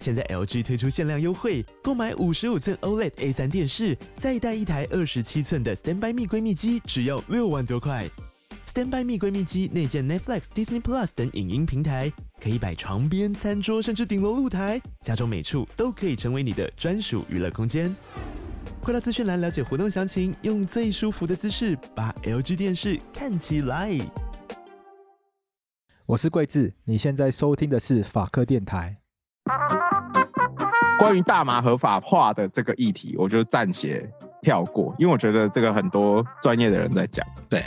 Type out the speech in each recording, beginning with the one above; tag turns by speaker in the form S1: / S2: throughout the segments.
S1: 现在 LG 推出限量优惠，购买五十五寸 OLED A 3电视，再带一台二十七寸的 Standby 蜜闺蜜机，只要六万多块。Standby 蜜闺蜜机内建 Netflix、Disney Plus 等影音平台，可以摆床边、餐桌，甚至顶楼露台，家中每处都可以成为你的专属娱乐空间。快到资讯栏了解活动详情，用最舒服的姿势把 LG 电视看起来。
S2: 我是桂智，你现在收听的是法科电台。
S3: 关于大麻合法化的这个议题，我就暂且跳过，因为我觉得这个很多专业的人在讲。
S4: 对，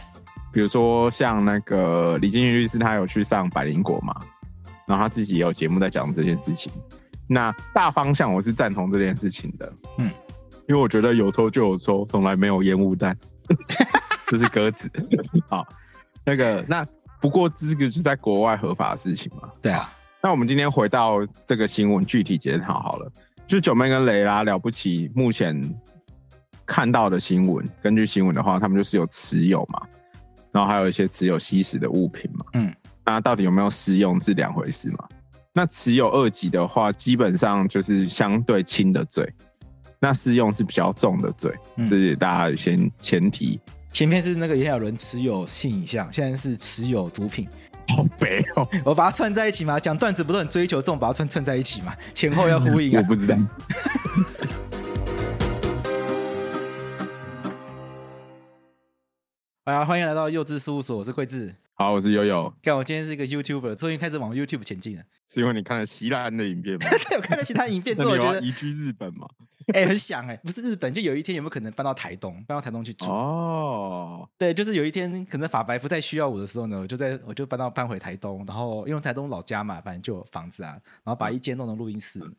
S3: 比如说像那个李金玉律师，他有去上百灵果嘛，然后他自己也有节目在讲这件事情。那大方向我是赞同这件事情的，
S4: 嗯，
S3: 因为我觉得有抽就有抽，从来没有烟 雾弹，这是歌词。好，那个那不过这个就在国外合法的事情嘛，
S4: 对啊，
S3: 那我们今天回到这个新闻具体检讨好了，就是九妹跟雷拉了不起，目前看到的新闻，根据新闻的话，他们就是有持有嘛，然后还有一些持有吸食的物品嘛，
S4: 嗯，
S3: 那到底有没有使用是两回事嘛？那持有二级的话，基本上就是相对轻的罪，那私用是比较重的罪，
S4: 嗯
S3: 这是大家先前提。
S4: 前面是那个炎亚纶持有性影像，现在是持有毒品，
S3: 好悲哦，
S4: 我把它串在一起嘛，讲段子不都很追求这种把它串串在一起嘛，前后要呼应
S3: 我
S4: 啊。
S3: 不 知道。
S4: 哎呀，欢迎来到幼稚事务所，我是桂智。
S3: 好，我是悠悠，
S4: 看我今天是一个 YouTuber，终于开始往 YouTube 前进了。
S3: 是因为你看了希腊人的影片吗？
S4: 对，我看到其他影片之
S3: 那
S4: 后，
S3: 你
S4: 我
S3: 有
S4: 觉
S3: 要
S4: 得
S3: 移居日本吗？
S4: 哎、很想哎、不是日本，就有一天有没有可能搬到台东，搬到台东去住？
S3: 哦，
S4: 对，就是有一天可能法白不再需要我的时候呢，我就在我就搬到搬回台东，然后因为台东老家嘛，反正就有房子啊，然后把一间弄成录音室。
S3: 嗯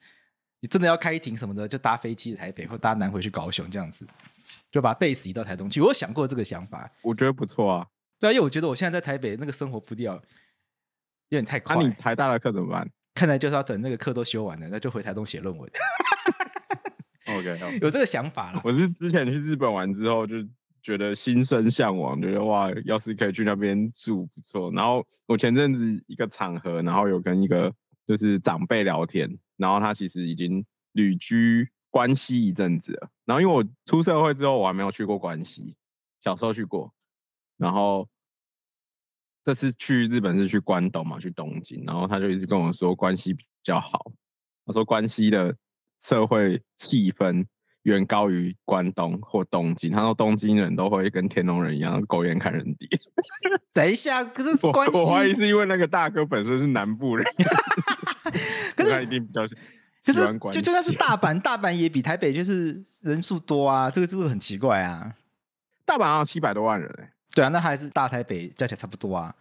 S4: 你真的要开庭什么的，就搭飞机台北或搭南回去高雄这样子，就把 base 移到台东去。我有想过这个想法，
S3: 我觉得不错啊。
S4: 对啊，因为我觉得我现在在台北那个生活步调有点太
S3: 那、
S4: 快，
S3: 啊你台大的课怎么办
S4: 看来就是要等那个课都修完了，那就回台东写论文。
S3: ？OK，
S4: 有这个想法啦，
S3: 我是之前去日本玩之后就觉得心生向往，觉得哇，要是可以去那边住不错。然后我前阵子一个场合，然后有跟一个就是长辈聊天，然后他其实已经旅居关西一阵子了。然后因为我出社会之后，我还没有去过关西，小时候去过，然后这次去日本是去关东嘛，去东京，然后他就一直跟我说关系比较好，他说关西的社会气氛远高于关东或东京，他说东京人都会跟天龙人一样狗眼看人低。
S4: 等一下，可是
S3: 我
S4: 关系，
S3: 我怀疑是因为那个大哥本身是南部人
S4: 可是
S3: 他一定比较喜
S4: 可
S3: 喜欢
S4: 是
S3: 关
S4: 就就算是
S3: 西
S4: 大阪，大阪也比台北就是人数多啊，这个这个很奇怪啊。
S3: 大阪好像七百多万人、欸，
S4: 对啊，那还是大台北加起来差不多啊。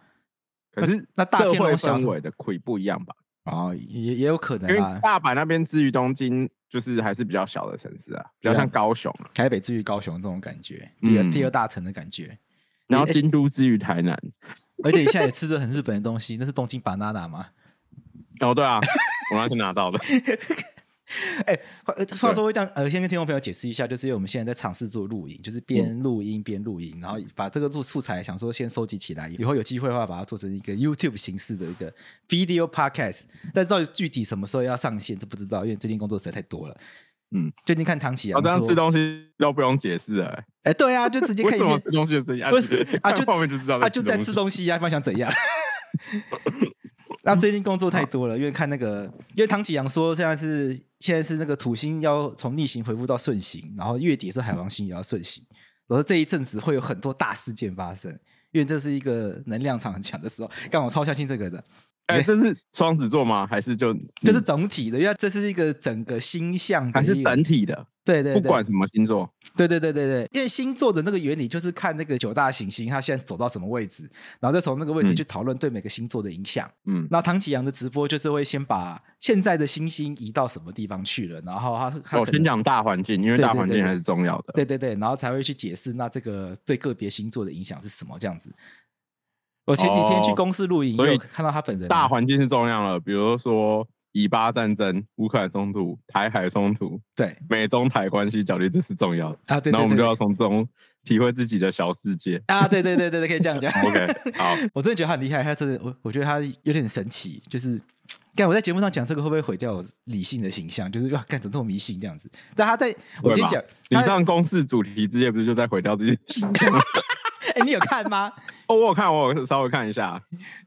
S3: 可是
S4: 那大
S3: 社
S4: 天
S3: 会
S4: 龙小
S3: 氛
S4: 怎么
S3: 围的鬼不一样吧？
S4: 哦，也也有可
S3: 因
S4: 能
S3: 为
S4: 啊。
S3: 大阪那边至于东京，就是还是比较小的城市啊，比较
S4: 对啊
S3: 像高雄啊。
S4: 台北至于高雄这种感觉，第二、
S3: 嗯
S4: 第二大城的感觉。
S3: 然后
S4: 而且
S3: 京都之于台南，
S4: 而且你现在也吃着很日本的东西，那是东京 banana 吗？
S3: 哦对啊，我那天 拿到的，
S4: 哎、话呃话说会这样，呃，先跟听众朋友解释一下，就是因为我们现在在尝试做录影，就是边录音边录影，然后把这个录素材想说先收集起来，以后有机会的话把它做成一个 YouTube 形式的一个 video podcast，但到底具体什么时候要上线，这不知道，因为最近工作实在太多了。
S3: 嗯，
S4: 最近看唐启
S3: 我
S4: 阳
S3: 这样吃
S4: 说，
S3: 东西都不用解释了、欸，
S4: 哎、对啊，就直接
S3: 为
S4: 看
S3: 什
S4: 影
S3: 么
S4: 片
S3: 吃东西的声音啊
S4: 为什么啊
S3: 看
S4: 就
S3: 画面就知道
S4: 啊，就在吃
S3: 西。
S4: 东西呀、不然想怎样？那最近工作太多了，因为看那个，因为唐启阳说现在是现在是那个土星要从逆行恢复到顺行，然后月底的时候海王星也要顺行，然后这一阵子会有很多大事件发生，因为这是一个能量场很强的时候，但我超相信这个的。
S3: 哎，这是双子座吗？还是就
S4: 这是总体的，因为这是一个整个星象的
S3: 还
S4: 一个，
S3: 是整体的？
S4: 对对
S3: 不
S4: 对，
S3: 管什么星座，
S4: 对对对对对，因为星座的那个原理就是看那个九大行星它现在走到什么位置，然后再从那个位置
S3: 嗯
S4: 去讨论对每个星座的影响。
S3: 嗯，
S4: 那唐启阳的直播就是会先把现在的星星移到什么地方去了，然后他他
S3: 我
S4: 可能
S3: 哦先讲大环境，因为
S4: 对
S3: 大
S4: 对
S3: 环
S4: 对
S3: 境
S4: 对
S3: 还是重要的。
S4: 对对对，然后才会去解释那这个对个别星座的影响是什么这样子。我前几天去
S3: 哦
S4: 公司露营，
S3: 所以
S4: 也有看到他本人啊
S3: 大环境是重要的，比如说以巴战争、乌克兰冲突、台海冲突、
S4: 对
S3: 美中台关系角力，这是重要的。
S4: 啊，对
S3: 那
S4: 对
S3: 我们就
S4: 对
S3: 要从中体会自己的小世界。
S4: 啊，对对对对对，可以这样讲。
S3: OK，好，
S4: 我真的觉得他很厉害，他真的，我我觉得他有点神奇，就是。干我在节目上讲这个会不会毁掉我理性的形象？就是哇，干怎么这么迷信这样子？但他在我先讲，
S3: 以
S4: 他
S3: 上公式主题之夜不是就在毁掉这件事情吗？
S4: 哎、你有看吗？
S3: 哦，我有看，我有稍微看一下，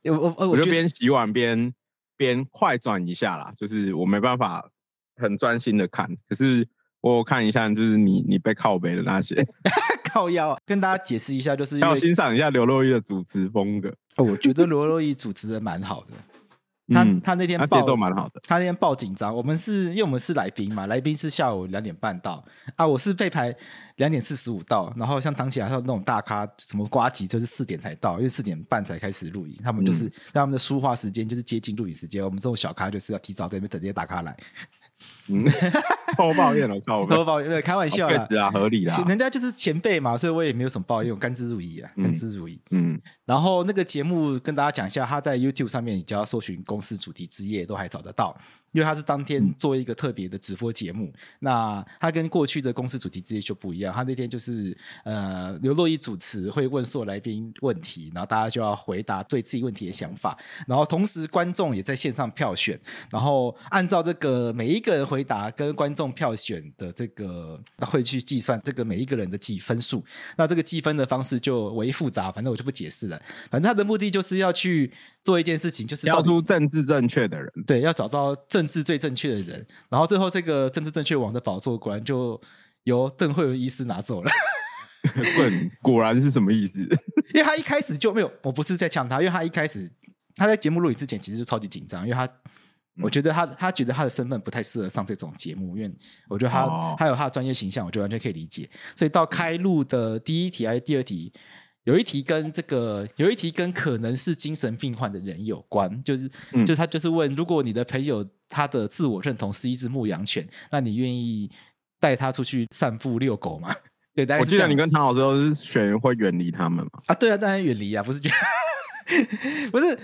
S4: 我我我
S3: 我
S4: 我
S3: 就
S4: 觉得
S3: 边洗碗边边快转一下啦，就是我没办法很专心的看，可是我有看一下，就是你你被靠北的那 些，
S4: 靠腰啊跟大家解释一下，就是因
S3: 还
S4: 为
S3: 有欣赏一下刘若英的主持风格，
S4: 哦我觉得罗洛伊主持的蛮好的，他、
S3: 嗯
S4: 他那天
S3: 他
S4: 报
S3: 节奏蛮好的。
S4: 他那天爆紧张，我们是因为我们是来宾嘛，来宾是下午两点半到啊，我是被排两点四十五到，然后像唐启阳他们那种大咖，什么瓜吉就是四点才到，因为四点半才开始录影，他们就是、
S3: 嗯
S4: 他们的书画时间就是接近录影时间，我们这种小咖就是要提早在那边等这些大咖 来，
S3: 嗯，偷抱怨了，靠北
S4: 我，抱没有开玩笑
S3: 确
S4: 啦
S3: 实。啊，合理啦
S4: 其。人家就是前辈嘛，所以我也没有什么抱怨，我甘之如饴啊，
S3: 嗯
S4: 甘之如饴。
S3: 嗯，
S4: 然后那个节目跟大家讲一下，他在 YouTube 上面，你只要搜寻“公司主题之夜”都还找得到，因为他是当天做一个特别的直播节目。那他跟过去的公司主题之夜就不一样，他那天就是呃刘若英主持会问所有来宾问题，然后大家就要回答对自己问题的想法，然后同时观众也在线上票选，然后按照这个每一个人回答跟观众票选的这个会去计算这个每一个人的计分数。那这个计分的方式就为复杂，反正我就不解释了。反正他的目的就是要去做一件事情，就是
S3: 挑
S4: 到底
S3: 出政治正确的人，
S4: 对要找到政治最正确的人。然后最后这个政治正确王的宝座果然就由邓慧文医师拿走了。
S3: 棍果然是什么意思？
S4: 因为他一开始就没有，我不是在呛他，因为他一开始他在节目录影之前其实就超级紧张，因为他。
S3: 嗯
S4: 我觉得他他觉得他的身份不太适合上这种节目，因为我觉得他、
S3: 哦
S4: 他有他的专业形象，我觉得完全可以理解。所以到开录的第一题还是第二题，有一题跟这个有一题跟可能是精神病患的人有关，就是、
S3: 嗯
S4: 就是他就是问，如果你的朋友他的自我认同是一只牧羊犬，那你愿意带他出去散步遛狗吗？ 对，大概
S3: 我
S4: 是
S3: 记
S4: 这
S3: 得
S4: 样
S3: 你跟唐老师都是选会远离他们嘛。
S4: 啊，对啊，当然远离啊，不是觉得不是。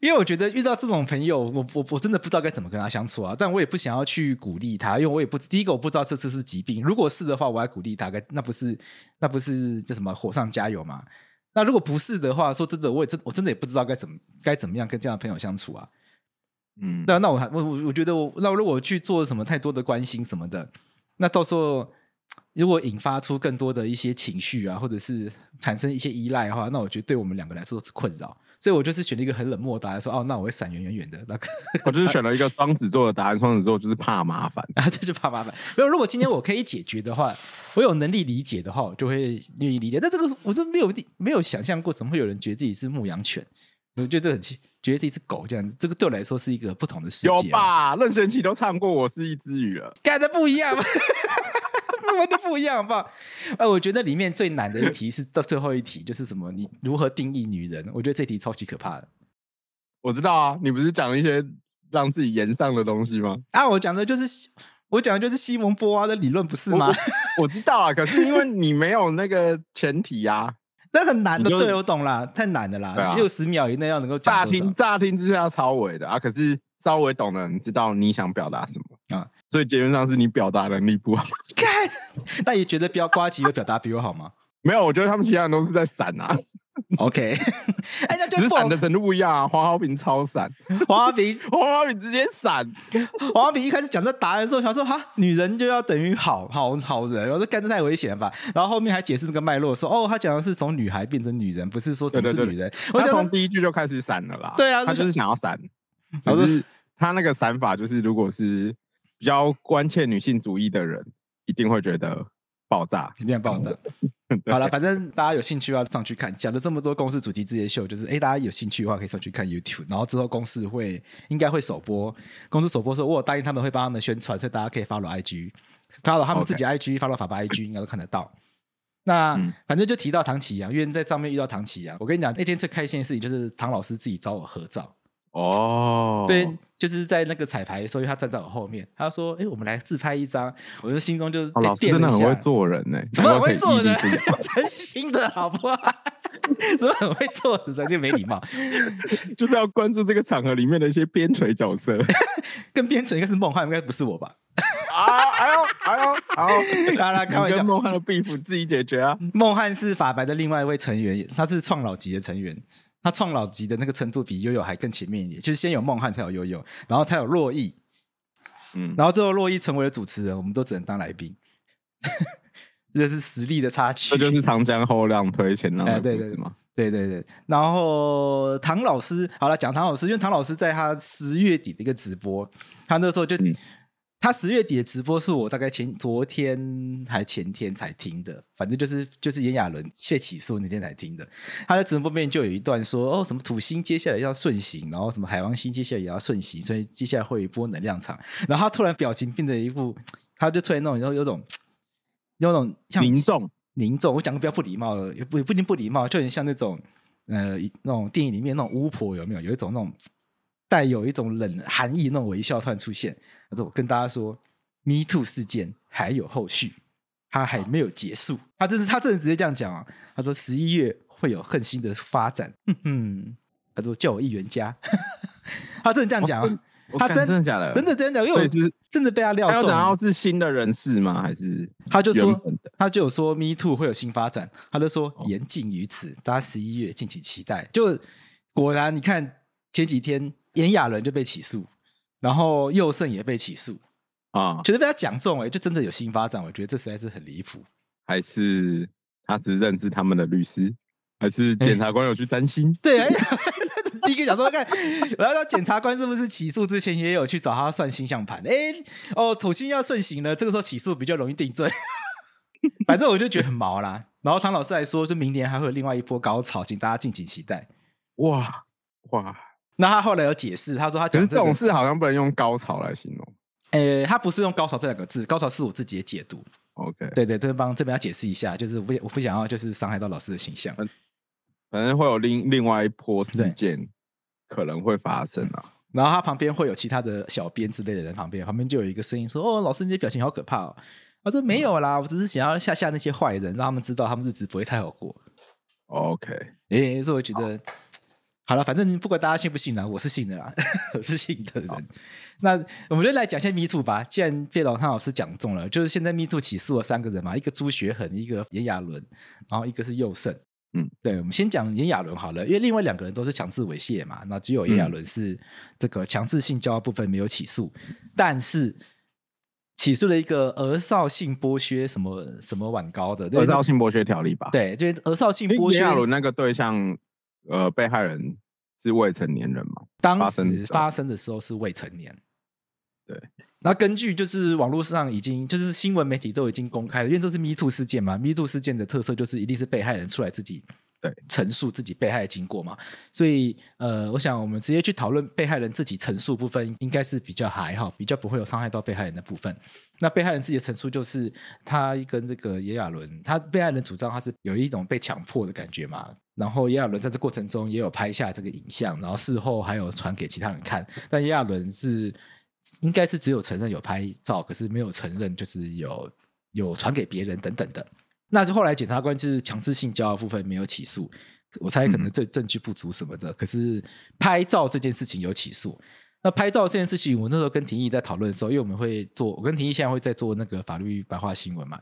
S4: 因为我觉得遇到这种朋友，我我我真的不知道该怎么跟他相处啊，但我也不想要去鼓励他，因为我也不第一个我不知道这次是疾病，如果是的话，我还鼓励他，该那不是那不是叫什么火上加油嘛？那如果不是的话，说真的，我也真我真的也不知道该怎么该怎么样跟这样的朋友相处啊。
S3: 嗯，
S4: 对啊，那我还我我我觉得我那如果我去做什么太多的关心什么的，那到时候如果引发出更多的一些情绪啊，或者是产生一些依赖的话，那我觉得对我们两个来说都是困扰。所以我就是选了一个很冷漠的答案，说哦，那我会闪远远远的，那个
S3: 我就是选了一个双子座的答案，双子座就是怕麻烦。
S4: 然后这就怕麻烦。没有，如果今天我可以解决的话，我有能力理解的话，我就会愿意理解。但这个是我真没有没有想象过，怎么会有人觉得自己是牧羊犬？我觉得这很奇，觉得自己是狗这样子，这个对我来说是一个不同的世界、啊
S3: 有？吧？任贤齐都唱过《我是一只鱼》了。
S4: 干的不一样， 根本就不一样，好不好？呃，我觉得里面最难的一题是到最后一题，就是什么？你如何定义女人？我觉得这题超级可怕的
S3: 我知道啊，你不是讲了一些让自己言上的东西吗？
S4: 啊！我讲的就是我讲的就是西蒙波啊娃的理论，不是吗？
S3: 我知道啊，可是因为你没有那个前提啊。
S4: 那很难的，
S3: 你就
S4: 对我懂啦，太难的
S3: 对
S4: 啦，
S3: 啊
S4: 六十、秒以内要能够
S3: 乍
S4: 讲多
S3: 听
S4: 少？
S3: 乍听之下超伪的啊，可是稍微懂的人知道你想表达什么
S4: 啊
S3: 啊，所以结论上是你表达能力不好。
S4: 看，那你觉得标瓜吉的表达比我好 吗
S3: 没有，我觉得他们其他人都是在闪啊，
S4: ？OK，哎，那就
S3: 只是
S4: 不
S3: 闪的程度不一样啊。黄浩平超闪，
S4: 黄阿平，
S3: 黄浩平直接闪，
S4: 黄阿平一开始讲这答案的时候，想说哈，女人就要等于好好好人，我说干这太危险了吧。然后后面还解释这个脉络，说哦，他讲的是从女孩变成女人，不是说怎么是
S3: 对对对
S4: 女人。我
S3: 他
S4: 想
S3: 从
S4: 说
S3: 第一句就开始闪了啦。
S4: 对啊
S3: 他就是想要闪，
S4: 我
S3: 可
S4: 说
S3: 是他那个闪法就是，如果是比较关切女性主义的人，一定会觉得爆炸。
S4: 一定要爆炸， 好了，反正大家有兴趣要上去看。讲了这么多公司主题之夜秀，就是哎、诶大家有兴趣的话可以上去看 YouTube。然后之后公司会应该会首播，公司首播的时候我有答应他们会帮他们宣传，所以大家可以 follow IG，follow 他们自己 IG，follow 法巴 IG 应该都看得 到。那、
S3: 嗯
S4: 反正就提到唐启阳，因为在上面遇到唐启阳，我跟你讲那天最开心的事情就是唐老师自己找我合照。
S3: 哦，
S4: 对，就是在那个彩排的时候，因为他站在我后面，他说：“哎、我们来自拍一张。”我就心中就
S3: 哦，
S4: 被
S3: 老师
S4: 电了
S3: 真的很
S4: 一下
S3: 会做人呢、
S4: 怎么很
S3: 难怪可
S4: 会
S3: 以
S4: 做
S3: 屹立
S4: 的？
S3: 不 摇
S4: 我真心的好不好？ 怎么很会做的？咱就没礼貌。
S3: 就是要关注这个场合里面的一些边陲 角色。
S4: 跟编程应该是梦幻，应该不是我 吧？
S3: 啊，哎呦，哎呦， 好，
S4: 啦啦开玩笑
S3: 你跟梦幻的 beef 自己解决啊。
S4: 梦幻是法白的另外一位成员，他是创老级的成员。他创老级的那个程度比悠悠还更前面一点，就是先有梦幻，才有悠悠，然后才有洛毅，
S3: 嗯，
S4: 然后最后洛毅成为了主持人，我们都只能当来宾， 这就是实力的差距。
S3: 这就是长江后浪推前浪
S4: 哎
S3: 的
S4: 对
S3: 故
S4: 对
S3: 事嘛。
S4: 对对对，然后唐老师，好了，讲唐老师，因为唐老师在他十月底的一个直播，他那时候就，
S3: 嗯
S4: 他十月底的直播是我大概前昨天还前天才听的，反正就是就是炎亚纶谢启素那天才听的。他在直播面就有一段说，哦，什么土星接下来要顺行，然后什么海王星接下来也要顺行，所以接下来会有一波能量场。然后他突然表情变得一副，他就突然那种有有种有种像
S3: 民众
S4: 凝重。我讲个比较不礼貌的，也不也不一定不礼貌，就很像那种呃一那种电影里面那种巫婆有没有？有一种那种带有一种冷寒意那种微笑突然出现。他说：“我跟大家说，Me Too 事件还有后续，它还没有结束。”他真是他真的直接这样讲啊！他说：“十一月会有更新的发展。”哼哼，他说：“叫我议员家。”他真的这样讲啊！
S3: 我
S4: 他
S3: 看
S4: 真
S3: 真的假的？
S4: 真的真的，因为
S3: 所
S4: 我
S3: 以是
S4: 真的被他料
S3: 他要
S4: 中
S3: 等
S4: 了。
S3: 到是新的人士吗？还是
S4: 他就
S3: 原
S4: 说
S3: 本的，
S4: 他就有说 Me Too 会有新发展，他就说言尽于此，大家十一月敬请期待。就果然，你看前几天炎亚纶就被起诉，然后佑胜也被起诉，
S3: 啊？
S4: 觉得被他讲中哎、就真的有新发展，我觉得这实在是很离谱。
S3: 还是他只是认识他们的律师？还是检察官有去担心？
S4: 对，哎呀 第一个想说，看，我要说检察官是不是起诉之前也有去找他算星象盘？哎，哦，土星要顺行了，这个时候起诉比较容易定罪。 反正我就觉得很毛啦。然后唐老师还说，就明年还会有另外一波高潮，请大家敬请期待。
S3: 哇哇！
S4: 那他后来有解释，他说他
S3: 可
S4: 讲
S3: 是
S4: 这
S3: 这
S4: 个
S3: 种，事好像不能用高潮来形容。
S4: 呃，他不是用高潮这两个字，高潮是我自己的解读。
S3: OK，
S4: 对对，这边帮这边要解释一下，就是我不我不想要就是伤害到老师的形象。
S3: 反正会有另另外一波事
S4: 对
S3: 件可能会发生啊。
S4: 然后他旁边会有其他的小编之类的人，旁边旁边就有一个声音说：“哦，老师，你的表情好可怕哦。”他说：“没有啦，我只是想要吓吓那些坏人，让他们知道他们日子不会太好过。
S3: OK，”
S4: 诶，所以我觉得好了，反正不管大家信不信啦，我是信的啦，我是信的人。 那我们就来讲一下 Me Too 吧。既然被老汤老师讲中了，就是现在 Me Too 起诉了三个人嘛，一个朱学恒，一个炎亚纶，然后一个是佑胜。
S3: 嗯，
S4: 对，我们先讲炎亚纶好了，因为另外两个人都是强制猥亵嘛，那只有炎
S3: 嗯
S4: 亚纶是这个强制性交的部分没有起诉，但是起诉了一个儿少性剥削什么什么晚高的，对
S3: 二少性剥削条例吧？，
S4: 对，就是儿少性
S3: 因
S4: 剥
S3: 为
S4: 削
S3: 炎亚纶那个对象，呃，被害人是未成年人嘛？
S4: 当
S3: 发生的
S4: 时
S3: 时候
S4: 发生的时候是未成年。
S3: 对，
S4: 那根据就是网络上已经就是新闻媒体都已经公开了，因为这是 Me Too 事件嘛，Me Too 事件的特色就是一定是被害人出来自己
S3: 对
S4: 陈述自己被害的经过嘛，所以呃，我想我们直接去讨论被害人自己陈述部分，应该是比较还好，比较不会有伤害到被害人的部分。那被害人自己的陈述就是他跟这个炎亚纶，他被害人主张他是有一种被强迫的感觉嘛。然后炎亚纶在这过程中也有拍下这个影像，然后事后还有传给其他人看。但炎亚纶是应该是只有承认有拍照，可是没有承认就是有有传给别人等等的。那是后来检察官就是强制性交的部分没有起诉，我猜可能证证据不足什么的。可是拍照这件事情有起诉，那拍照这件事情，我那时候跟廷义在讨论的时候，因为我们会做，我跟廷义现在会在做那个法律白话新闻嘛，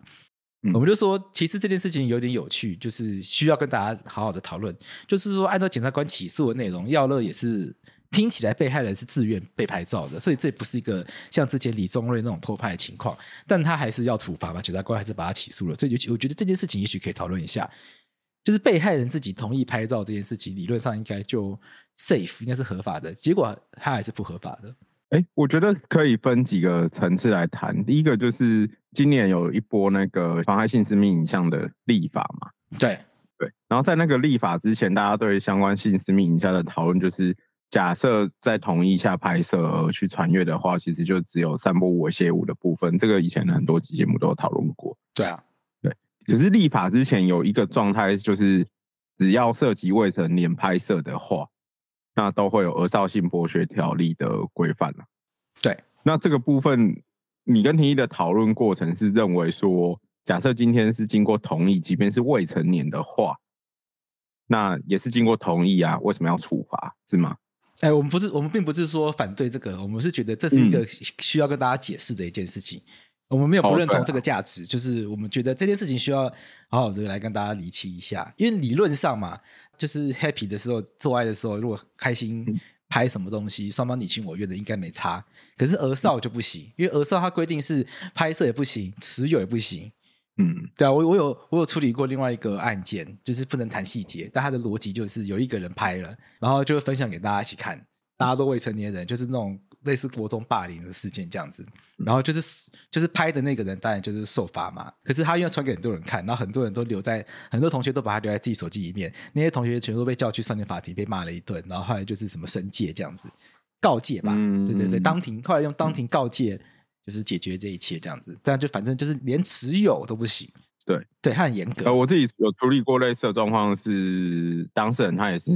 S3: 嗯
S4: 我们就说，其实这件事情有点有趣，就是需要跟大家好好的讨论。就是说，按照检察官起诉的内容，耀乐也是听起来被害人是自愿被拍照的，所以这不是一个像之前李宗瑞那种偷拍的情况，但他还是要处罚嘛，检察官还是把他起诉了。所以，尤其我觉得这件事情也许可以讨论一下，就是被害人自己同意拍照这件事情，理论上应该就 safe，应该是合法的，结果他还是不合法的。
S3: 哎、我觉得可以分几个层次来谈。第一个就是今年有一波那个妨害性私密影像的立法嘛，
S4: 对，
S3: 对。然后在那个立法之前，大家对相关性私密影像的讨论就是，假设在同意下拍摄而去传阅的话，其实就只有散播猥亵物的部分。这个以前很多期节目都有讨论过。
S4: 对啊，
S3: 可是立法之前有一个状态，就是只要涉及未成年拍摄的话，那都会有《儿少性剥削条例》的规范了。
S4: 对，
S3: 那这个部分，你跟廷一的讨论过程是认为说，假设今天是经过同意，即便是未成年的话，那也是经过同意啊，为什么要处罚？是吗？
S4: 哎，我们不是，我们并不是说反对这个，我们是觉得这是一个需要跟大家解释的一件事情。我们没有
S3: 哦
S4: 不认
S3: 对
S4: 同
S3: 啊
S4: 这个价值，就是我们觉得这件事情需要好好的来跟大家理清一下，因为理论上嘛，就是 happy 的时候做爱的时候，如果开心拍什么东西，双方你情我愿的应该没差。可是儿少就不行，因为儿少它规定是拍摄也不行，持有也不行，
S3: 嗯，
S4: 对啊，我我有我有处理过另外一个案件，就是不能谈细节，但他的逻辑就是有一个人拍了，然后就分享给大家一起看，大家都未成年人，就是那种类似国中霸凌的事件这样子，然后就是就是拍的那个人当然就是受罚嘛，可是他因为传给很多人看，然后很多人都留在很多同学都把他留在自己手机里面，那些同学全都被叫去少年法庭被骂了一顿，然后后来就是什么申诫这样子，告诫吧，
S3: 嗯
S4: 对对对，当庭后来用当庭告诫。就是解决这一切这样子，但就反正就是连持有都不行，对，他很严格。
S3: 呃，我自己有处理过类似的状况，是当事人他也是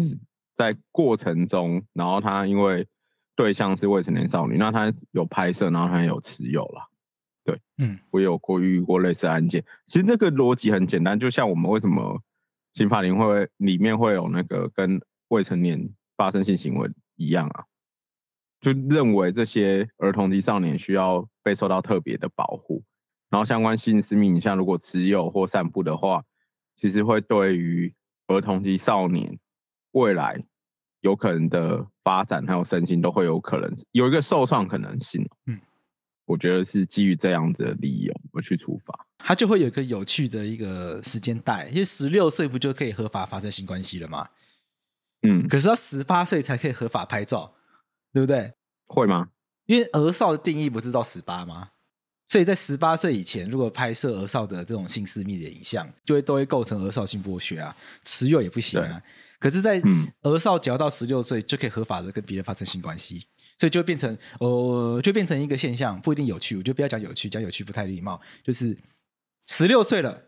S3: 在过程中，然后他因为对象是未成年少女，那他有拍摄，然后他也有持有啦。对，
S4: 嗯，
S3: 我也有过遇过类似的案件。其实那个逻辑很简单，就像我们为什么刑法里会里面会有那个跟未成年发生性行为一样啊，就认为这些儿童及少年需要被受到特别的保护。然后相关性私密影像如果持有或散布的话，其实会对于儿童及少年未来有可能的发展还有身心都会有可能有一个受创可能性。
S4: 嗯，
S3: 我觉得是基于这样子的理由而去处罚。
S4: 他就会有一个有趣的一个时间带，因为十六岁不就可以合法发生性关系了吗？
S3: 嗯，
S4: 可是要十八岁才可以合法拍照，对不对？
S3: 会吗？
S4: 因为儿少的定义不是到十八吗？所以在十八岁以前，如果拍摄儿少的这种性私密的影像，就会都会构成儿少性剥削啊，持有也不行啊。可是，在
S3: 嗯
S4: 儿少只要到十六岁，就可以合法的跟别人发生性关系，所以就变成呃，就变成一个现象，不一定有趣。我就不要讲有趣，讲有趣不太礼貌。就是十六岁了，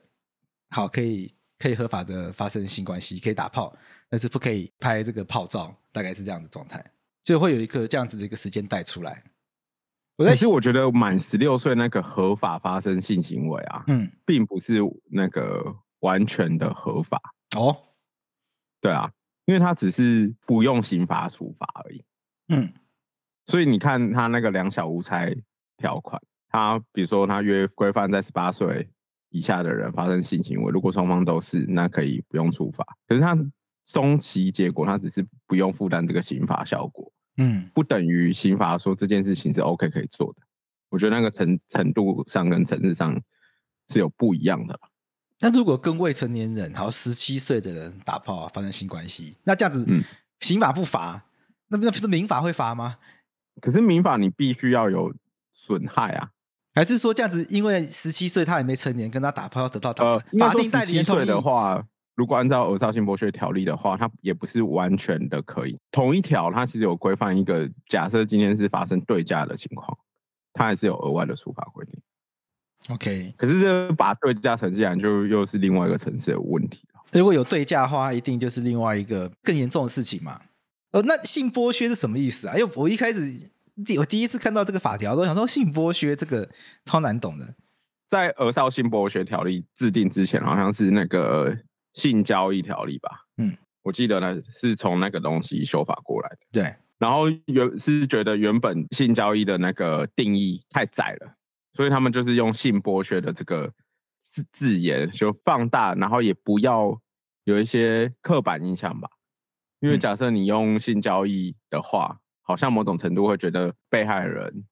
S4: 好，可以可以合法的发生性关系，可以打炮，但是不可以拍这个炮照，大概是这样的状态，所以会有一个这样子的一个时间带出来。我在
S3: 可是我觉得满十六岁那个合法发生性行为啊，
S4: 嗯
S3: 并不是那个完全的合法。
S4: 哦
S3: 对啊，因为他只是不用刑法处罚而已。
S4: 嗯
S3: 所以你看他那个两小无猜条款，他比如说他约规范在十八岁以下的人发生性行为，如果双方都是，那可以不用处罚。可是他终其结果，他只是不用负担这个刑法效果，
S4: 嗯
S3: 不等于刑法说这件事情是 OK 可以做的。我觉得那个程程度上跟层次上是有不一样的啦。
S4: 那如果跟未成年人，还有十七岁的人打炮啊，发生性关系，那这样子，
S3: 嗯
S4: 刑法不罚，那那不是民法会罚吗？
S3: 可是民法你必须要有损害啊，
S4: 还是说这样子，因为十七岁他还没成年，跟他打炮要得到打、
S3: 呃，应该
S4: 哦法
S3: 说
S4: 定代理
S3: 十七
S4: 人同
S3: 岁
S4: 意
S3: 的？话，如果按照《儿少性剥削条例》的话，它也不是完全的可以。同一条它其实有规范一个，假设今天是发生对价的情况，它还是有额外的处罚规定。
S4: OK，
S3: 可是这把对价成绩然就又是另外一个层次的问题了。
S4: 如果有对价的话，一定就是另外一个更严重的事情嘛。呃，那性剥削是什么意思啊？因为我一开始第我第一次看到这个法条，都想说性剥削这个超难懂的。
S3: 在《儿少性剥削条例》制定之前，好像是那个性交易条例吧？
S4: 嗯，
S3: 我记得呢是从那个东西修法过来的。
S4: 对，
S3: 然后原是觉得原本性交易的那个定义太窄了，所以他们就是用性剥削的这个字字眼就放大，然后也不要有一些刻板印象吧。因为
S4: 嗯
S3: 假设你用性交易的话，好像某种程度会觉得被害人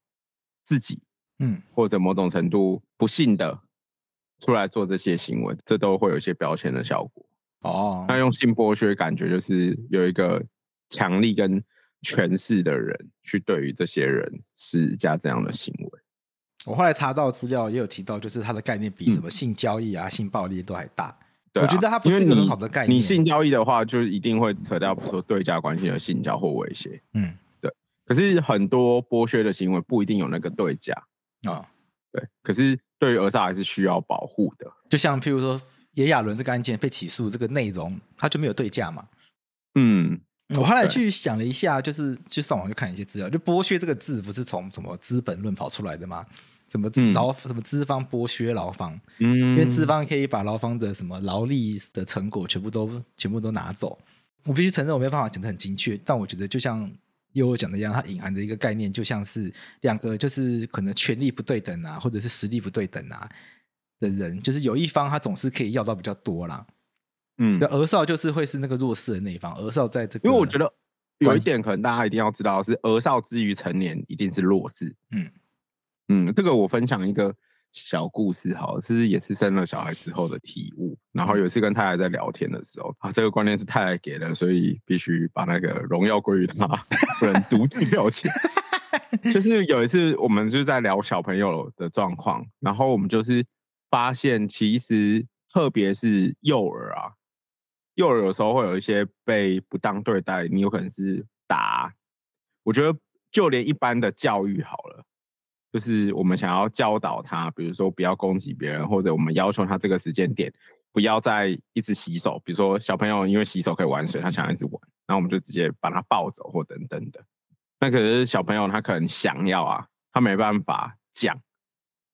S3: 自己
S4: 嗯，
S3: 或者某种程度不幸的出来做这些行为，这都会有一些标签的效果。
S4: 哦，
S3: 那用性剥削感觉就是有一个强力跟权势的人去对于这些人施加这样的行为。
S4: 我后来查到资料也有提到，就是它的概念比什么性交易啊、性暴力都还大。
S3: 对啊、
S4: 我觉得它不是一个
S3: 因为你
S4: 很好的概念
S3: 你性交易的话，就一定会扯到比如说对价关系的性交或威胁。
S4: 嗯
S3: 可是很多剥削的行为不一定有那个对价，
S4: 啊、
S3: 对。可是对于俄萨还是需要保护的。
S4: 就像譬如说炎亚纶这个案件被起诉，这个内容它就没有对价嘛。
S3: 嗯，
S4: 我后来
S3: 对
S4: 去想了一下，就是去上网就看一些资料，就剥削这个字不是从什么《资本论》跑出来的吗？怎么
S3: 嗯
S4: 劳什么资方剥削劳方，
S3: 嗯，
S4: 因为资方可以把劳方的什么劳力的成果全部都全部都拿走。我必须承认我没办法讲的很精确，但我觉得就像悠悠讲的一样，它隐含的一个概念就像是两个就是可能权力不对等啊，或者是实力不对等啊的人，就是有一方他总是可以要到比较多啦。
S3: 嗯
S4: 那，俄少就是会是那个弱势的那一方，俄少在这个，
S3: 因为我觉得有
S4: 关
S3: 一
S4: 系
S3: 点可能大家一定要知道的是，儿少之于成年一定是弱智。
S4: 嗯
S3: 嗯，这个我分享一个小故事，好了，这是也是生了小孩之后的体悟。然后有一次跟太太在聊天的时候，啊，这个观念是太太给的，所以必须把那个荣耀归于她， 不能独自了解。就是有一次我们就在聊小朋友的状况，然后我们就是发现，其实特别是幼儿啊，幼儿有时候会有一些被不当对待，你有可能是打。我觉得就连一般的教育好了，就是我们想要教导他，比如说不要攻击别人，或者我们要求他这个时间点不要再一直洗手。比如说小朋友因为洗手可以玩水，他想要一直玩，然后我们就直接把他抱走或等等的。那可是小朋友他可能想要啊，他没办法讲，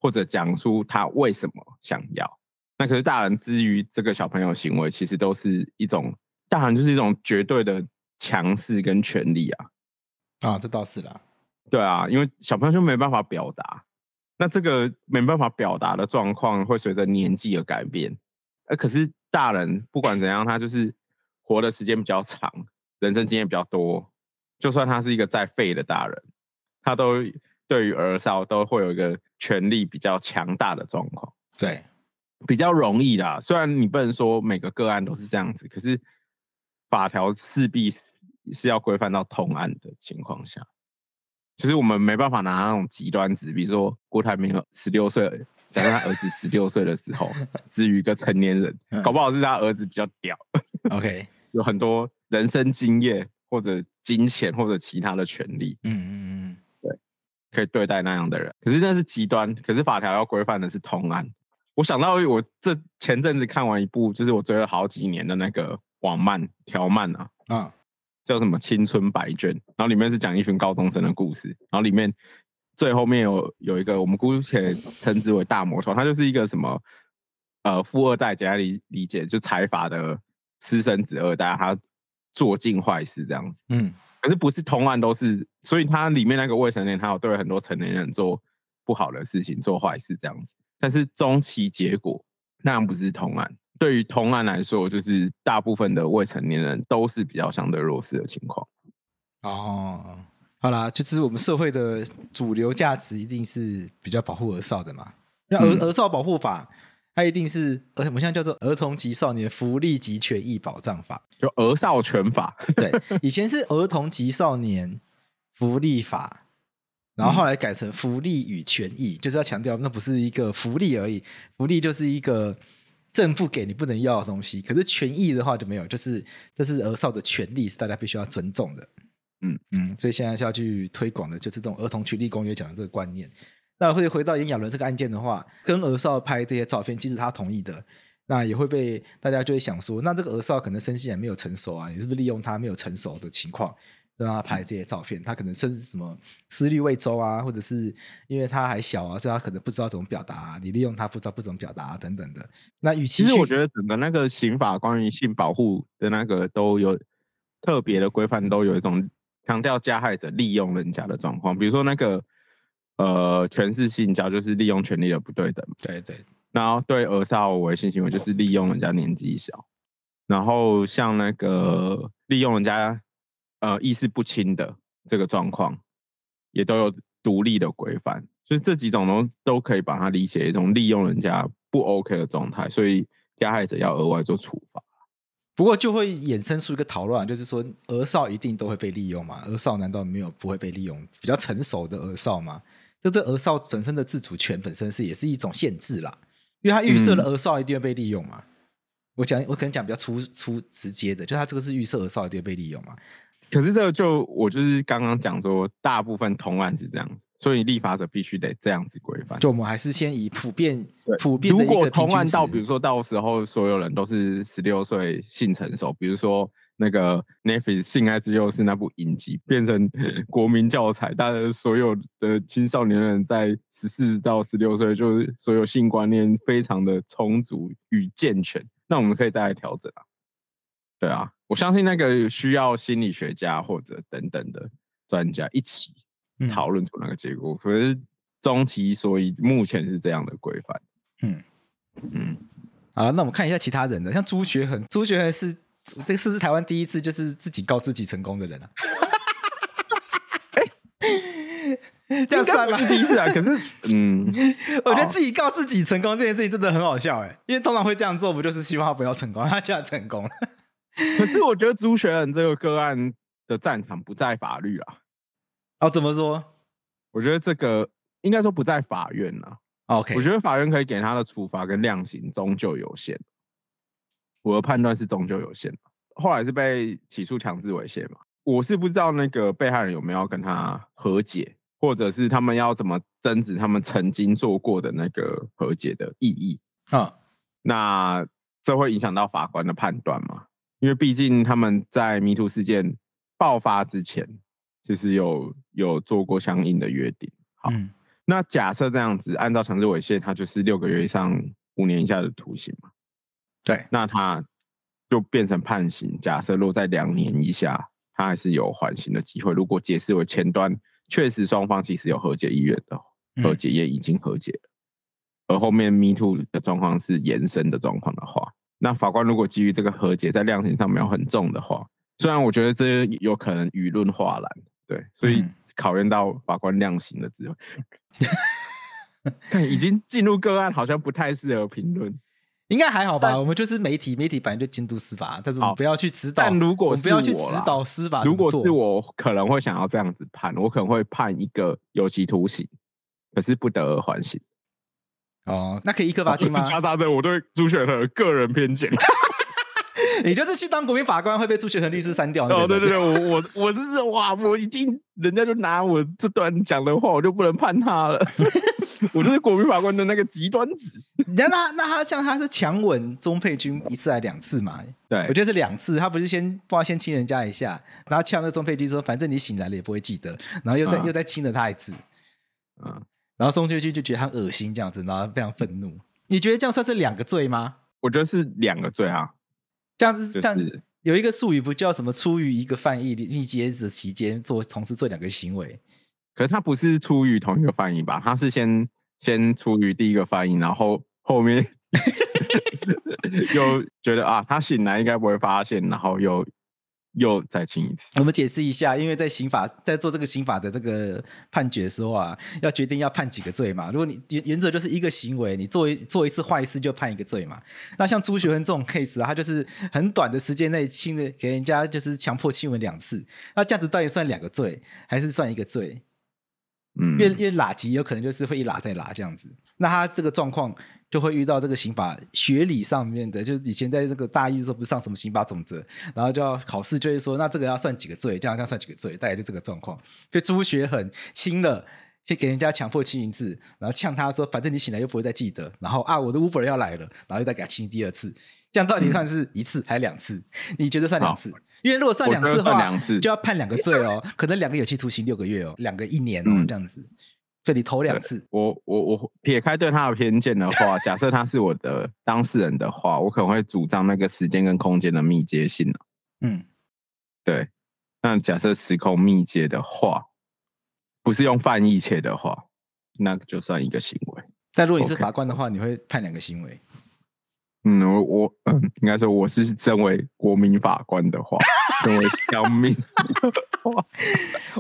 S3: 或者讲出他为什么想要。那可是大人之于这个小朋友的行为，其实都是一种大人就是一种绝对的强势跟权力啊。
S4: 啊，这倒是啦。
S3: 对啊，因为小朋友就没办法表达，那这个没办法表达的状况会随着年纪而改变。呃，可是大人不管怎样，他就是活的时间比较长，人生经验比较多，就算他是一个再废的大人，他都对于儿少都会有一个权力比较强大的状况。
S4: 对，
S3: 比较容易啦。虽然你不能说每个个案都是这样子，可是法条势必是是要规范到同案的情况下，就是我们没办法拿那种极端值，比如说郭台铭十六岁，假设他儿子十六岁的时候，至于一个成年人，
S4: 嗯
S3: 搞不好是他儿子比较屌，
S4: OK，
S3: 有很多人生经验或者金钱或者其他的权利。
S4: 嗯嗯嗯
S3: 可以对待那样的人。可是那是极端，可是法条要规范的是同案。我想到我这前阵子看完一部，就是我追了好几年的那个网漫条漫啊，
S4: 嗯，啊，
S3: 叫什么《青春白卷》，然后里面是讲一群高中生的故事，然后里面最后面有有一个我们姑且称之为大魔头，他就是一个什么呃富二代，简单理理解就财阀的私生子二代，他做尽坏事这样子。
S4: 嗯
S3: 可是不是同案都是，所以它里面那个未成年，他有对很多成年人做不好的事情，做坏事这样子。但是终其结果，那样不是同案。对于同案来说，就是大部分的未成年人都是比较相对弱势的情况。
S4: 哦，好啦，就是我们社会的主流价值一定是比较保护儿少的嘛。那儿、
S3: 嗯
S4: 儿少保护法，它一定是而我们现在叫做《儿童及少年福利及权益保障法
S3: 就儿少权法，》。
S4: 对，以前是《儿童及少年福利法》。然后后来改成福利与权益，就是要强调那不是一个福利而已，福利就是一个政府给你不能要的东西。可是权益的话就没有，就是这是儿少的权利，是大家必须要尊重的。嗯，所以现在是要去推广的就是这种儿童权利公约讲的这个观念。那会回到炎亚纶这个案件的话，跟儿少拍这些照片，即使他同意的，那也会被大家就会想说，那这个儿少可能身心还没有成熟啊，你是不是利用他没有成熟的情况，让他拍这些照片？他可能甚至什么思虑未周啊，或者是因为他还小啊，所以他可能不知道怎么表达啊、你利用他不知道不怎么表达、啊、等等的。那与其
S3: 其实我觉
S4: 得
S3: 得整个那个刑法关于性保护的那个都有特别的规范，都有一种强调加害者利用人家的状况，比如说那个呃权势性交，就是利用权力的不对等嘛。
S4: 对对
S3: 然后对儿少为性行为就是利用人家年纪小，然后像那个利用人家呃意识不清的这个状况，也都有独立的规范，就是这几种东西都可以把它理解一种利用人家不 OK 的状态，所以加害者要额外做处罚。
S4: 不过就会衍生出一个讨论啊，就是说儿少一定都会被利用嘛？儿少难道没有不会被利用？比较成熟的儿少嘛，这对儿少本身的自主权本身是也是一种限制啦，因为他预
S3: 嗯
S4: 设了儿少一定会被利用嘛。我讲我可能讲比较粗粗直接的，就他这个是预设儿少一定会被利用嘛。
S3: 可是这个就我就是刚刚讲说，大部分同案是这样，所以立法者必须得这样子规范。
S4: 就我们还是先以普遍
S3: 对
S4: 普遍
S3: 如
S4: 的一
S3: 果
S4: 个
S3: 同
S4: 平均
S3: 案到，
S4: 值
S3: 比如说到时候所有人都是十六岁性成熟，比如说那个 Netflix《性爱之幼是那部影集变成 国民教材，大家所有的青少年人在十四到十六岁，就是所有性观念非常的充足与健全，那我们可以再来调整啊。对啊，我相信那个需要心理学家或者等等的专家一起
S4: 嗯
S3: 讨论出那个结果。可是终其所以，目前是这样的规范。嗯
S4: 好了，那我们看一下其他人的，像朱学恒，朱学恒是这个是不是台湾第一次就是自己告自己成功的人啊？ 这样算
S3: 应
S4: 吗
S3: 该不？是第一次啊，可是 嗯，
S4: 我觉得自己告自己成功这件事情真的很好笑哎、因为通常会这样做，不就是希望他不要成功，他 居然成功了。
S3: 可是我觉得朱学恒这个个案的战场不在法律啊，
S4: 哦，怎么说
S3: 我觉得这个应该说不在法院啊。
S4: 哦？OK，
S3: 我觉得法院可以给他的处罚跟量刑终究有限，我的判断是终究有限。后来是被起诉强制猥亵嘛，我是不知道那个被害人有没有要跟他和解，或者是他们要怎么争执他们曾经做过的那个和解的意义。
S4: 得啊、
S3: 那这会影响到法官的判断吗？因为毕竟他们在迷途事件爆发之前，其实有有做过相应的约定。好，
S4: 嗯
S3: 那假设这样子，按照强制猥亵，他就是六个月以上五年以下的徒刑嘛？
S4: 对，
S3: 那他就变成判刑。假设落在两年以下，他还是有缓刑的机会。如果解释为前端确实双方其实有和解意愿的，
S4: 嗯
S3: 和解也已经和解了，而后面 Me Too 的状况是延伸的状况的话，那法官如果基于这个和解在量刑上没有很重的话，虽然我觉得这有可能舆论化澜，对，所以
S4: 嗯
S3: 考验到法官量刑的智慧。看已经进入个案，好像不太适合评论。
S4: 应该还好吧？我们就是媒体，媒体本来就监督司法，但是我们
S3: 好
S4: 不要去指导。
S3: 但如
S4: 我
S3: 果
S4: 们
S3: 是
S4: 不要去指
S3: 我啦
S4: 导司啊法怎
S3: 如
S4: 么
S3: 果
S4: 做，
S3: 是我，可能会想要这样子判，我可能会判一个有期徒刑，可是不得而缓刑。啊
S4: 哦，那可以一颗罚金吗？
S3: 夹杂着我对朱雪的个人偏见。
S4: 你就是去当国民法官会被朱学恒律师删掉。
S3: 哦，
S4: 那
S3: 对
S4: 个
S3: 对对，我我我这是哇，我已经人家就拿我这段讲的话，我就不能判他了。我就是国民法官的那个极端子。
S4: 那那那他像他是强吻钟佩君一次还两次嘛？
S3: 对
S4: 我觉得是两次，他不是先不知道先亲人家一下，然后呛那钟佩君说反正你醒来了也不会记得，然后又再、
S3: 嗯
S4: 又再亲了他一次，
S3: 嗯，
S4: 然后钟佩君就觉得他很恶心这样子，然后非常愤怒。你觉得这样算是两个罪吗？
S3: 我觉得是两个罪啊，
S4: 这样子、
S3: 就
S4: 这样
S3: 是
S4: 有一个术语不叫什么出于一个犯意历阶的期间做同时做两个行为，
S3: 可是他不是出于同一个翻译吧？他是先先出于第一个翻译，然后后面又觉得啊，他醒来应该不会发现，然后又又再亲一次。
S4: 我们解释一下，因为在刑法在做这个刑法的这个判决的时候啊，要决定要判几个罪嘛。如果你原原则就是一个行为，你做一做一次坏事就判一个罪嘛。那像朱学恒这种 case 啊，他就是很短的时间内亲了给人家就是强迫亲吻两次，那这样子到底算两个罪还是算一个罪？
S3: 嗯，
S4: 越越拉级有可能就是会一拉再拉这样子。那他这个状况就会遇到这个刑法学理上面的，就是以前在这个大一的时候不是上什么刑法总则，然后就要考试就会说，那这个要算几个罪，这样这样算几个罪，大概就这个状况。所以朱学恒轻了。先给人家强迫亲一次，然后呛他说：“反正你醒来又不会再记得。”然后啊，我的 Uber 要来了，然后又再给他亲第二次，这样到底算是一次还是两次？你觉得算两次？因为如果算两次的
S3: 我觉得
S4: 话，
S3: 算两次
S4: 就要判两个罪哦， 可能两个有期徒刑六个月哦，两个一年哦，
S3: 嗯
S4: 这样子。所以你投两次，
S3: 我我我撇开对他的偏见的话，假设他是我的当事人的话，我可能会主张那个时间跟空间的密接性、啊、
S4: 嗯，
S3: 对，那假设时空密接的话，不是用泛义切的话，那就算一个行为。
S4: 但如果你是
S3: OK
S4: 法官的话，你会判两个行为。
S3: 嗯，我我嗯，应该说我是身为国民法官的话，身为乡民，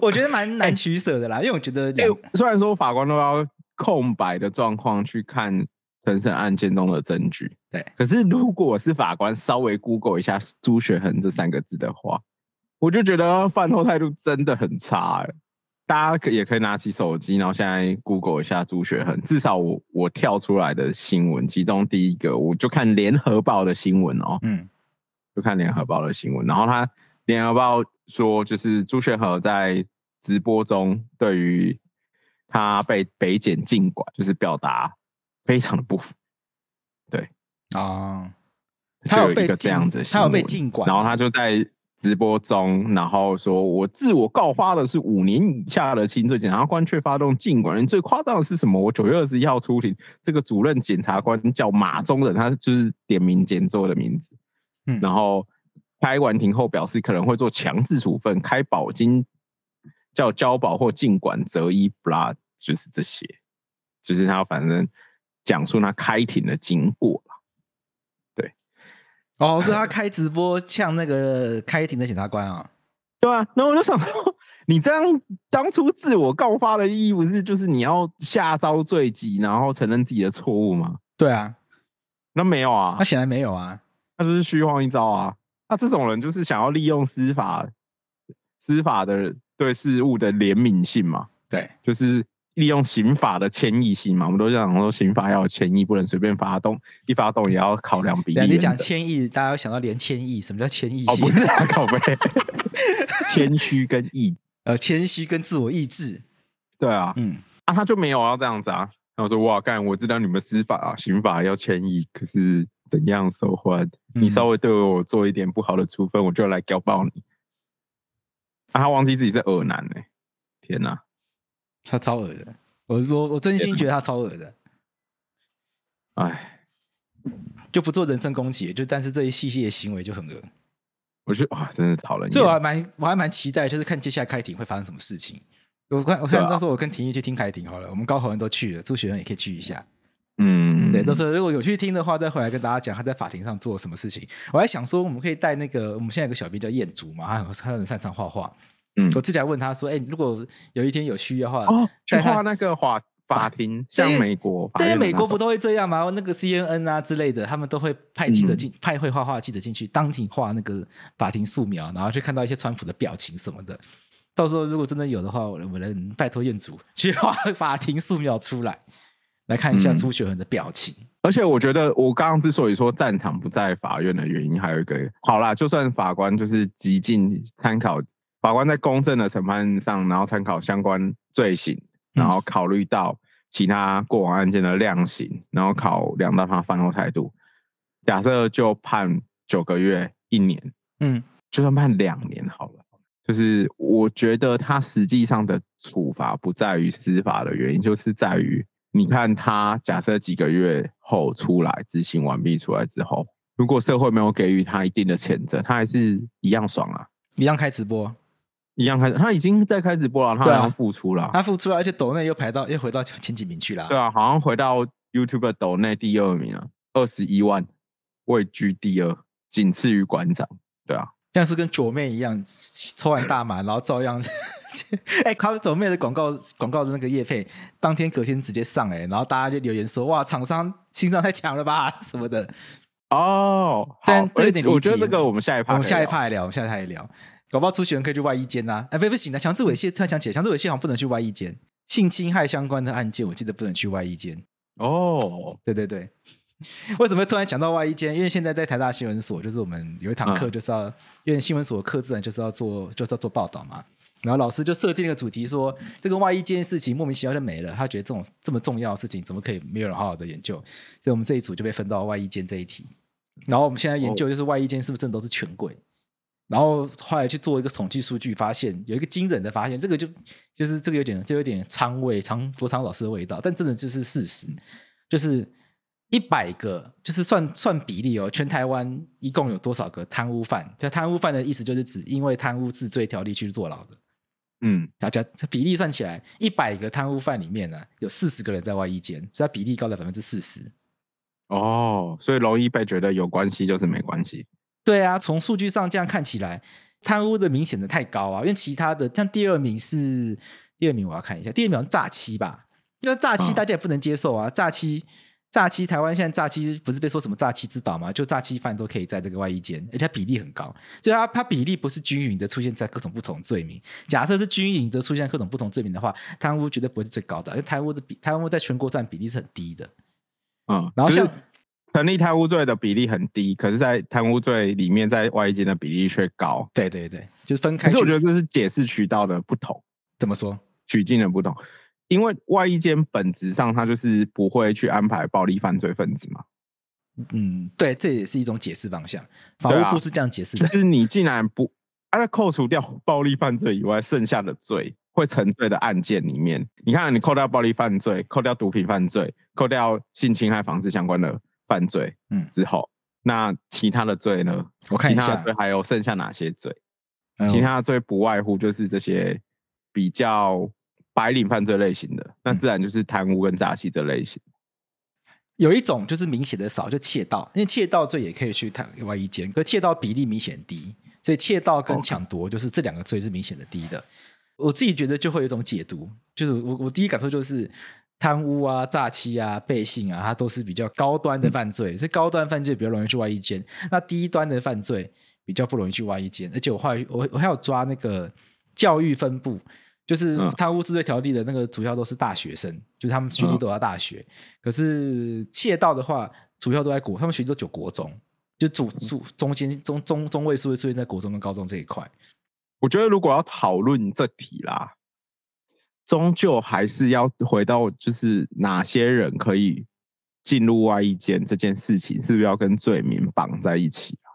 S4: 我觉得蛮难取舍的啦，因为我觉得
S3: 哎、
S4: 两
S3: 虽然说法官都要空白的状况去看陈胜案件中的证据。
S4: 对，
S3: 可是如果我是法官，稍微 Google 一下朱学恒这三个字的话，我就觉得饭后态度真的很差、欸。大家可也可以拿起手机，然后现在 Google 一下朱学恒。至少我我跳出来的新闻，其中第一个我就看《联合报》的新闻哦，
S4: 嗯，
S3: 就看《联合报》的新闻。然后他《联合报》说，就是朱学恒在直播中对于他被北检禁管，就是表达非常的不服。
S4: 哦，
S3: 就
S4: 他有
S3: 一
S4: 被
S3: 个这
S4: 禁
S3: 样子的新
S4: 他
S3: 闻，
S4: 有被禁管，
S3: 然后他就在直播中，然后说我自我告发的是五年以下的轻罪，检察官却发动禁管。人最夸张的是什么？我九月二十一号出庭，这个主任检察官叫马中仁，他就是点名检座的名字。
S4: 嗯
S3: 然后开完庭后表示可能会做强制处分，开保金叫交保或尽管择一不啦，就是这些，就是他反正讲述他开庭的经过。
S4: 哦，
S3: 哎
S4: 所以他开直播呛那个开庭的检察官啊、
S3: 对啊，然后我就想说，你这样当初自我告发的意义不是就是你要下招罪己，然后承认自己的错误吗？
S4: 对啊，
S3: 那没有啊
S4: 他，显然没有啊。
S3: 他就是虚晃一招啊。那这种人就是想要利用司法司法的对事物的怜悯性嘛，
S4: 对，
S3: 就是利用刑法的迁移性嘛。我们都讲说刑法要有迁移，不能随便发动，一发动也要考量比例
S4: 对啊
S3: 原则。
S4: 你讲千亿，大家会想到连千亿，什么叫千亿
S3: 哦，
S4: 性？
S3: 不是啊，靠背， 谦虚跟义，
S4: 呃，谦虚跟自我意志，
S3: 对啊，
S4: 嗯，
S3: 啊，他就没有要这样子啊。然后说哇，干，我知道你们司法啊、刑法要迁移，可是怎样说话，你
S4: 嗯
S3: 稍微对我做一点不好的处分，我就来屌爆你。啊，他忘记自己是恶男呢、天哪、
S4: 他超恶的，我我我真心觉得他超恶的，
S3: 哎，
S4: 就不做人身攻击，就但是这一系列行为就很恶，
S3: 我觉得哇，真的讨人厌。
S4: 所以我还蛮我还蛮期待，就是看接下来开庭会发生什么事情。我看我看
S3: 对啊
S4: 到时候我跟廷义去听开庭好了，我们高考人都去了，朱学仁也可以去一下。
S3: 嗯，
S4: 对，到时候如果有去听的话，再回来跟大家讲他在法庭上做了什么事情。我还想说，我们可以带那个我们现在有个小编叫燕竹嘛，他很他很擅长画画。
S3: 嗯
S4: 我之前还问他说，哎、如果有一天有需要的话，
S3: 哦，去
S4: 带他
S3: 画那个法法庭，像美国，法
S4: 对啊，
S3: 院的
S4: 美
S3: 那
S4: 国不
S3: 种
S4: 都会这样吗？那个 CNN 啊之类的，他们都会派记者进，
S3: 嗯
S4: 派会画画的记者进去当庭画那个法庭素描，然后去看到一些川普的表情什么的。到时候如果真的有的话，我我能拜托彦祖去画法庭素描出来，来看一下
S3: 嗯
S4: 朱雪恒的表情。
S3: 而且我觉得，我刚刚之所以说战场不在法院的原因，还有一个，好啦，就算法官就是极尽参考，法官在公正的审判上，然后参考相关罪行，然后考虑到其他过往案件的量刑，然后考量到他犯后态度，假设就判九个月、一年，
S4: 嗯，
S3: 就算判两年好了。就是我觉得他实际上的处罚不在于司法的原因，就是在于你看他假设几个月后出来执行完毕出来之后，如果社会没有给予他一定的谴责，他还是一样爽啊，
S4: 一样开直播，
S3: 一样开始，他已经在开直播了，他好
S4: 对啊
S3: 像付出了，
S4: 他付出了，而且抖内又排到又回到前前几名去了。
S3: 对啊，好像回到 YouTube 抖内第二名啊，二十一万，位居第二，仅次于馆长，对啊，
S4: 像是跟九妹一样抽完大麻，然后照样， 哎、欸，卡九妹的广告广告的那个叶配，当天隔天直接上哎、然后大家就留言说哇，厂商心脏太强了吧 什么的。
S3: 哦，好
S4: 但这有
S3: 哎
S4: 点
S3: 我
S4: 离
S3: 觉得
S4: 题
S3: 这个我们下一趴，
S4: 我们下一趴来聊，我们下一趴来聊。搞不好朱雪人可以去外衣间呐、啊，哎、不不行的，强制猥亵突然想起来，强制猥亵好像不能去外衣间，性侵害相关的案件我记得不能去外衣间。
S3: 哦，
S4: 对对 对，为什么突然讲到外衣间？因为现在在台大新闻所，就是我们有一堂课
S3: 嗯
S4: 就是要，因为新闻所的课自然就是要做，就是要做报道嘛。然后老师就设定了个主题说，这个外衣间事情莫名其妙就没了。他觉得这种这么重要的事情，怎么可以没有人好好的研究？所以我们这一组就被分到外衣间这一题。然后我们现在研究就是外衣间是不是真的都是权贵？然后后来去做一个统计数据，发现有一个惊人的发现，这个就就是这个有点就有点仓位仓佛仓老师的味道，但真的就是事实，就是一百个，就是算算比例哦，全台湾一共有多少个贪污犯？这贪污犯的意思就是指因为贪污治罪条例去坐牢的。
S3: 嗯，
S4: 大家这比例算起来，一百个贪污犯里面呢、啊有四十个人在外衣间，所以它比例高达百分之四十。
S3: 哦，所以容易被觉得有关系就是没关系。
S4: 对啊，从数据上这样看起来，贪污的明显的太高啊，因为其他的像第二名是第二名，我要看一下，第二名好像诈欺吧，那诈欺
S3: 嗯
S4: 大家也不能接受啊，诈欺诈欺，台湾现在诈欺不是被说什么诈欺之岛吗？就诈欺犯都可以在这个外衣间，而且它比例很高，所以它它比例不是均匀的出现在各种不同罪名。假设是均匀的出现在各种不同罪名的话，贪污绝对不会是最高的，因为贪污的比贪污在全国占比例是很低的。
S3: 嗯，
S4: 然后
S3: 就是
S4: 像
S3: 成立贪污罪的比例很低，可是，在贪污罪里面，在外间的比例却高。
S4: 对对对，就是分开
S3: 可
S4: 去。
S3: 是我觉得这是解释渠道的不同，
S4: 怎么说？
S3: 取径的不同。因为外衣间本质上它就是不会去安排暴力犯罪分子嘛，
S4: 嗯，对，这也是一种解释方向。法
S3: 对啊
S4: 务部是这样解释
S3: 就
S4: 的。
S3: 是你既然不，啊，那扣除掉暴力犯罪以外，剩下的罪会沉醉的案件里面，你看你扣掉暴力犯罪，扣掉毒品犯罪，扣掉性侵害防治相关的犯罪，
S4: 嗯
S3: 嗯，之后那其他的罪呢？
S4: 我看一
S3: 其他
S4: 下
S3: 的罪还有剩下哪些罪？
S4: 嗯
S3: 其他的罪不外乎就是这些比较白领犯罪类型的，
S4: 嗯
S3: 那自然就是贪污跟诈欺这类型。
S4: 有一种就是明显的少，就窃盗，因为窃盗罪也可以去探外衣间，可窃盗比例明显低，所以窃盗跟
S3: OK
S4: 抢夺就是这两个罪是明显的低的。我自己觉得就会有一种解读，就是我我第一感受就是贪污啊、诈欺啊、背信啊，它都是比较高端
S3: 嗯
S4: 的犯罪，是高端犯罪比较容易去外衣间，那低端的犯罪比较不容易去外衣间，而且我后来我我还有抓那个教育分部。就是
S3: 嗯
S4: 贪污治罪条例的那个主要都是大学生，就是他们学历
S3: 嗯
S4: 都要大学，可是窃盗的话，主要都在国，他们学历都九国中，就主主中间中中中位数会出现在国中跟高中这一块。
S3: 我觉得如果要讨论这题啦，终究还是要回到就是哪些人可以进入外衣间这件事情，是不是要跟罪名绑在一起啊？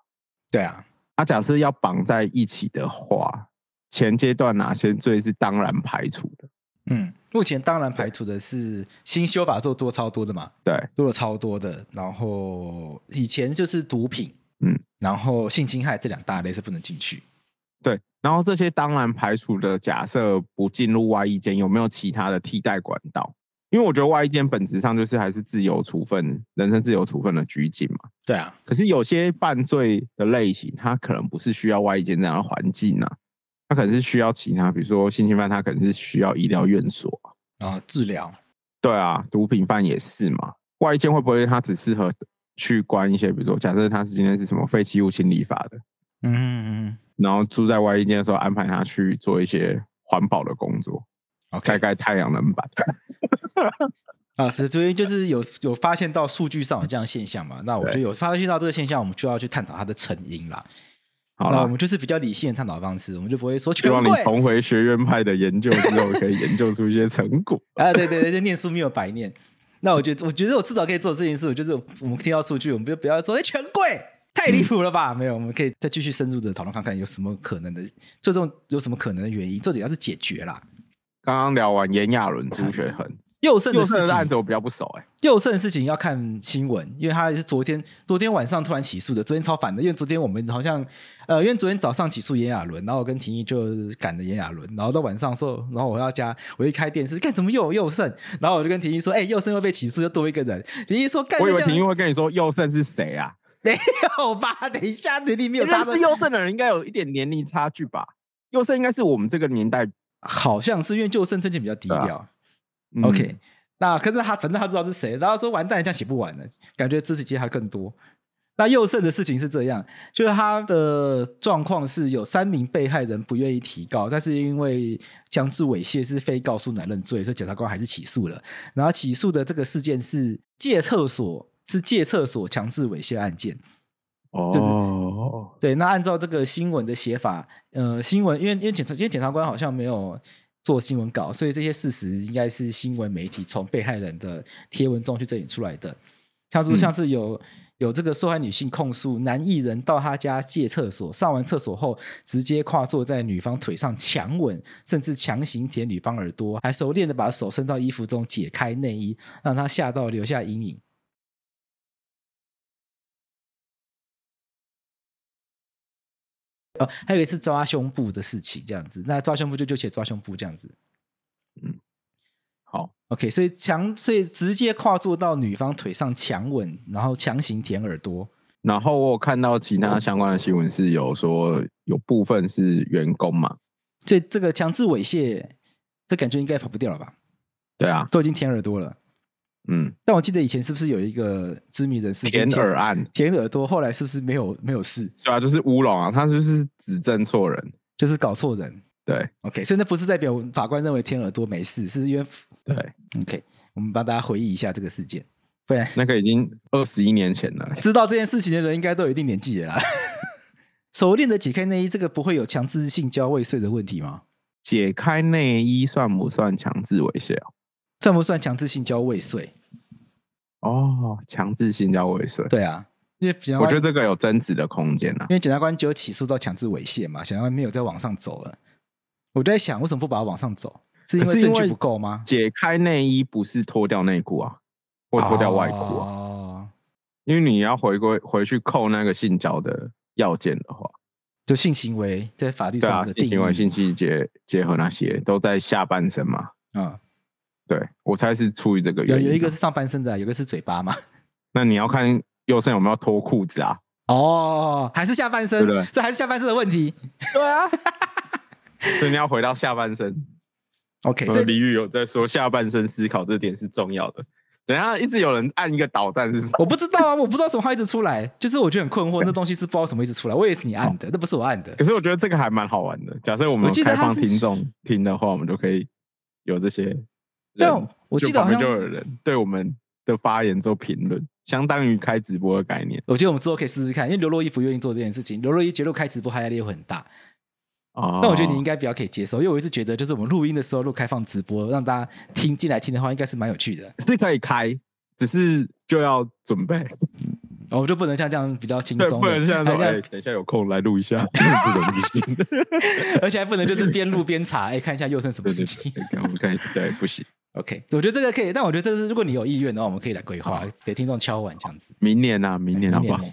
S4: 对啊，
S3: 啊，假设要绑在一起的话，前阶段哪些罪是当然排除的？
S4: 嗯，目前当然排除的是新修法做多超多的嘛，
S3: 对，
S4: 多了超多的。然后以前就是毒品，
S3: 嗯，
S4: 然后性侵害这两大类是不能进去。
S3: 对，然后这些当然排除的假设不进入外衣间，有没有其他的替代管道？因为我觉得外衣间本质上就是还是自由处分、人身自由处分的拘禁嘛。
S4: 对啊，
S3: 可是有些犯罪的类型，它可能不是需要外衣间这样的环境啊，它可能是需要其他，比如说性侵犯，它可能是需要医疗院所啊。
S4: 然后治疗，
S3: 对啊，毒品犯也是嘛。外衣间会不会它只适合去关一些，比如说假设他是今天是什么废弃物清理法的，
S4: 嗯嗯嗯嗯
S3: 然后住在外衣间的时候安排他去做一些环保的工 作，
S4: ，OK
S3: 盖盖太阳能板。
S4: 啊，是所以就是有有发现到数据上有这样的现象嘛？那我觉得有发现到这个现象，我们就要去探讨它的成因啦。
S3: 好
S4: 那我
S3: 了，
S4: 们就是比较理性的探讨方式，我们就不会说
S3: 希
S4: 权
S3: 望你
S4: 贵
S3: 重回学院派的研究之后，可以研究出一些成 果。
S4: 啊，对对对，就念书没有白念。那我觉得，我觉得我至少可以做这件事，我就是我们听到数据，我们就不要说哎权贵太离谱了
S3: 嗯
S4: 吧？没有，我们可以再继续深入的讨论看看有什么可能的，最终有什么可能的原因，重点要是解决啦。
S3: 刚刚聊完炎亚纶、朱学恒，
S4: 右胜的
S3: 右
S4: 事
S3: 胜的案
S4: 情，
S3: 子我比较不熟哎、
S4: 右胜的事情要看新闻，因为他也是昨天昨天晚上突然起诉的，昨天超反的，因为昨天我们好像呃，因为昨天早上起诉炎亚纶，然后我呃跟婷宜就赶着炎亚纶，然后到晚上说，然后我要加，我一开电视，干怎么又有右胜？然后我就跟婷宜说，哎、右胜又被起诉，又多一个人。婷宜说，干
S3: 我以
S4: 这
S3: 为
S4: 样
S3: 婷玉会跟你说右胜是谁啊？
S4: 没有吧？等一下，你里面有
S3: 认
S4: 差 的
S3: 识，右胜的人应该有一点年龄差距吧？右胜应该是我们这个年代。
S4: 好像是因为右胜最近比较低
S3: 对啊
S4: 调。
S3: 嗯
S4: OK，那可是他反正他知道是谁，然后说完蛋，这样写不完了，感觉知识题还更多。那右胜的事情是这样，就是他的状况是有三名被害人不愿意提告，但是因为强制猥亵是非告诉乃论罪，所以检察官还是起诉了。然后起诉的这个事件是借厕所，是借厕所强制猥亵案件。就是
S3: 哦，
S4: 对，那按照这个新闻的写法，呃，新闻因为因为检察因为检察官好像没有做新闻稿，所以这些事实应该是新闻媒体从被害人的贴文中去整理出来的。像说
S3: 嗯
S4: 像是有、有这个受害女性控诉男艺人到她家借厕所，上完厕所后直接跨坐在女方腿上强吻，甚至强行舔女方耳朵，还熟练的把手伸到衣服中解开内衣，让她吓到留下阴影。哦，还有一次抓胸部的事情，这样子。那抓胸部就就写抓胸部这样子。
S3: 好，
S4: OK，所以强，所以直接跨坐到女方腿上强吻，然后强行舔耳朵。
S3: 然后我有看到其他相关的新闻是有说有部分是员工嘛，
S4: 所以这个强制猥亵，这感觉应该跑不掉了吧？
S3: 对啊，
S4: 都已经舔耳朵了。
S3: 嗯，
S4: 但我记得以前是不是有一个知名人士就
S3: 甜耳啊案，
S4: 舔耳朵，后来是不是没有没有事，
S3: 对啊，就是乌龙啊，他就是指证错人，
S4: 就是搞错人
S3: 对
S4: ？OK，所以那不是代表法官认为舔耳朵没事，是因为
S3: 对，
S4: OK，我们帮大家回忆一下这个事件，不然
S3: 那个已经二十一年前了，
S4: 知道这件事情的人应该都有一定年纪了啦。 熟练的解开内衣，这个不会有强制性交未遂的问题吗？
S3: 解开内衣算不算强制猥亵啊？
S4: 算不算强制性交未遂？
S3: 哦，强制性交猥亵，
S4: 对啊，因为检察
S3: 我
S4: 官
S3: 觉得这个有争执的空间啊。
S4: 因为检察官只有起诉到强制猥亵嘛，检察官没有再往上走了。我就在想，为什么不把它往上走？是因
S3: 可
S4: 为
S3: 是因
S4: 证据
S3: 为
S4: 不够吗？
S3: 解开内衣不是脱掉内裤啊，或脱掉外裤啊，
S4: 哦，
S3: 因为你要回归回去扣那个性交的要件的话，
S4: 就性行为在法律
S3: 对
S4: 上
S3: 啊，
S4: 的定
S3: 性
S4: 义。
S3: 行为、性器结结合那些都在下半身嘛。
S4: 嗯，
S3: 对我猜是出于这个
S4: 有
S3: 原因啊。
S4: 有一个是上半身的，有一个是嘴巴嘛。
S3: 那你要看右肾有没有脱裤子啊？
S4: 哦，还是下半身，
S3: 对不对
S4: 这还是下半身的问题。
S3: 对啊，所以你要回到下半 身。
S4: OK，
S3: 呃
S4: 这
S3: 李玉有在说下半身思考这点是重要的。等一下一直有人按一个导弹是吗？
S4: 我不知道啊，我不知道什么话一直出来，就是我觉得很困惑，那东西是不知道什么一直出来，我以为是你按的，那不是我按的
S3: 可。是我觉得这个还蛮好玩的。假设我们
S4: 我记
S3: 有
S4: 得
S3: 开
S4: 它
S3: 放
S4: 是
S3: 听众听的话，我们就可以有这些人。
S4: 但我
S3: 就
S4: 记得
S3: 旁
S4: 好
S3: 边就
S4: 像，
S3: 有人对我们的发言做评论，相当于开直播的概念
S4: 我觉得我们之后可以试试看，因为刘若英不愿意做这件事情，刘若英觉得我开直播她压力会很大，
S3: 啊。
S4: 但我觉得你应该比较可以接受，因为我一直觉得就是我们录音的时候录开放直播，让大家听进来听的话，应该是蛮有趣的。
S3: 是可以开，只是就要准备，
S4: 我们就不能像这样比较轻
S3: 对，
S4: 松
S3: 不
S4: 的，
S3: 能像
S4: 还
S3: 说
S4: 这样
S3: 哎、等一下有空来录一 下，不容易行。
S4: 而且还不能就是边录边查，哎、看一下右胜什么
S3: 对
S4: 事
S3: 对
S4: 情
S3: 对。，对我们可以对不行，
S4: OK，我觉得这个可以，但我觉得这是如果你有意愿的话，我们可以来规 划给听众敲碗这样子。
S3: 明年啊，明年好不好？
S4: 呢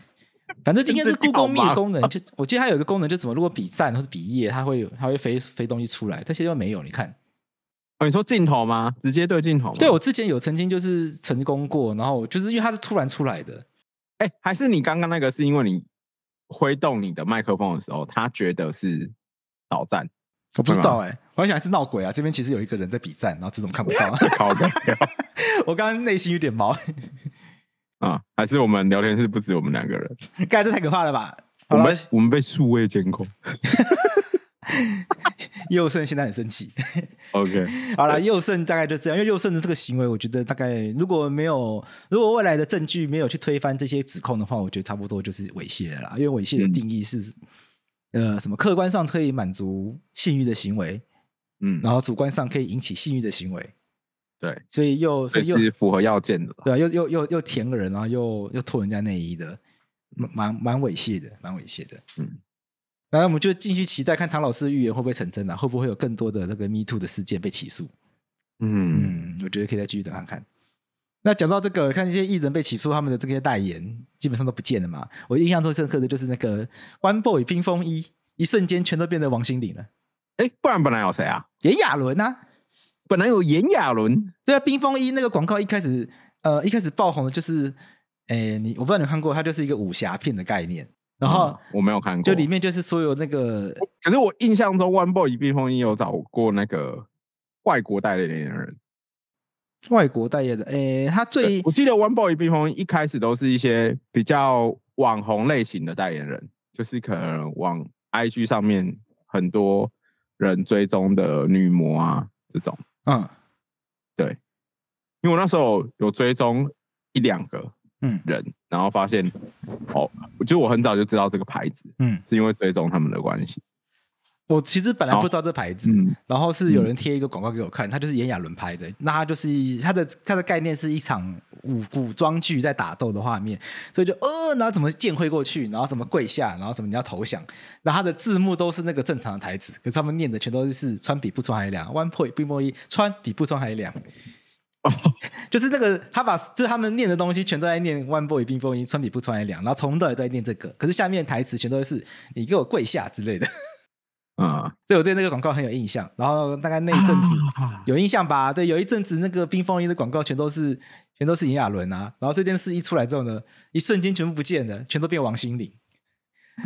S4: 反正今天是
S3: 这
S4: Google
S3: 好麻
S4: Meet
S3: 烦
S4: 的功能，就我记得它有一个功能，就怎么如果比赞或者比页，它会有它会飞飞东西出来，但现在又没有。你看，
S3: 哦，你说镜头吗？直接对镜头吗？
S4: 对我之前有曾经就是成功过，然后就是因为它是突然出来的，
S3: 哎、还是你刚刚那个是因为你挥动你的麦克风的时候，他觉得是导弹，
S4: 我不知
S3: 对吧
S4: 道哎、我还想是闹鬼啊。这边其实有一个人在比赞，然后这种看不到，
S3: 靠背
S4: 我刚刚内心有点毛，
S3: 啊？还是我们聊天室不止我们两个人，
S4: 该这太可怕了吧？
S3: 我
S4: 好了
S3: 们，我们被数位监 控。
S4: 佑胜现在很生气。
S3: OK，
S4: 好了，佑胜大概就这样，因为佑胜的这个行为，我觉得大概如果没有，如果未来的证据没有去推翻这些指控的话，我觉得差不多就是猥亵了啦。因为猥亵的定义是，呃，什么客观上可以满足性欲的行为，
S3: 嗯，
S4: 然后主观上可以引起性欲的行为，
S3: 对，
S4: 所以又所
S3: 这
S4: 以又
S3: 是符合要件的啦。
S4: 对啊，又又又又舔了人，然后又又脱人家内衣的，蛮蛮蛮猥亵的，蛮猥亵的。
S3: 嗯，
S4: 然后我们就继续期待看唐老师的预言会不会成真啊，会不会有更多的那个 Me Too 的事件被起诉？
S3: 嗯，
S4: 嗯，我觉得可以再继续等看看。那讲到这个，看一些艺人被起诉，他们的这些代言基本上都不见了嘛。我印象最深刻的就是那个 One Boy 冰风衣，一瞬间全都变得王心凌了，
S3: 哎、不然本来有谁啊？
S4: 炎亚纶呐、啊。
S3: 本来有炎亚纶，
S4: 对啊，冰风衣那个广告一开始，呃，一开始爆红的就是，诶，你我不知道你有看过，它就是一个武侠片的概念，然后
S3: 嗯我没有看过，
S4: 就里面就是所有那个
S3: 可是我印象中，One Boy 冰风衣有找过那个外国代理人。
S4: 外国代言的，诶，他最
S3: 我记得 One Boy 冰风衣一开始都是一些比较网红类型的代言人，就是可能往 IG 上面很多人追踪的女模啊这种。
S4: 嗯
S3: 因为我那时候有追踪一两个
S4: 嗯
S3: 人，然后发现哦，我就我很早就知道这个牌子，
S4: 嗯，
S3: 是因为追踪他们的关系。
S4: 我其实本来
S3: 好
S4: 不知道这牌子，
S3: 嗯，
S4: 然后是有人贴一个广告给我看，它就是炎亚纶拍的，那它就是它的它的概念是一场古古装剧在打斗的画面，所以就呃，然后怎么剑挥过去，然后什么跪下，然后什么你要投降，然后它的字幕都是那个正常的台词，可是他们念的全都是穿比不穿还凉，one point 并不一穿比不穿还凉。就是那个，他把就是他们念的东西全都在念 “one boy 冰风衣，穿比不穿还凉”，然后从头到尾都在念这个，可是下面台词全都是“你给我跪下”之类的。
S3: 啊、
S4: 所以我对那个广告很有印象。然后大概那一阵子、有印象吧？对，有一阵子那个冰风衣的广告全都是全都是炎亚纶啊。然后这件事一出来之后呢，一瞬间全部不见了，全都变王心凌。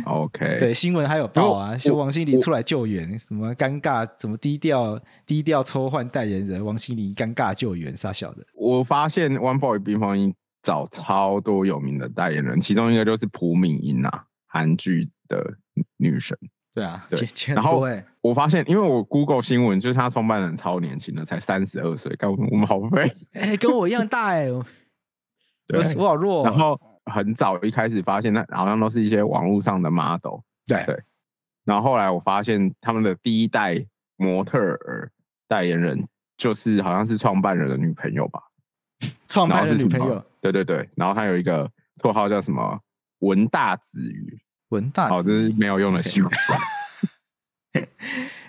S3: OK，
S4: 对，新闻还有报
S3: 然
S4: 啊，
S3: 后
S4: 说
S3: 哎我
S4: 王心凌出来救援，什么尴尬，怎么低调低调抽换代言人，王心凌尴尬救援，傻小的。
S3: 我发现 One Boy 冰方音找超多有名的代言人，其中一个就是朴敏英啊，韩剧的女神。
S4: 对啊，
S3: 对
S4: 钱钱
S3: 然
S4: 很多
S3: 后
S4: 哎、
S3: 我发现，因为我 Google 新闻，就是他创办人超年轻的，才三十二岁，干我们好废。
S4: 哎、跟我一样大哎、我
S3: 对，
S4: 我好弱哦、
S3: 然后很早一开始发现，那好像都是一些网络上的 model，
S4: 对
S3: 对然后后来我发现他们的第一代模特儿代言人就是好像是创办人的女朋友吧，
S4: 创
S3: 然
S4: 办
S3: 后
S4: 人
S3: 是
S4: 女
S3: 什
S4: 朋
S3: 么
S4: 友
S3: 对对对，然后他有一个绰号叫什么文大子鱼，
S4: 文大
S3: 好，这
S4: 子
S3: 是
S4: 民
S3: 没有用的
S4: OK
S3: 习惯。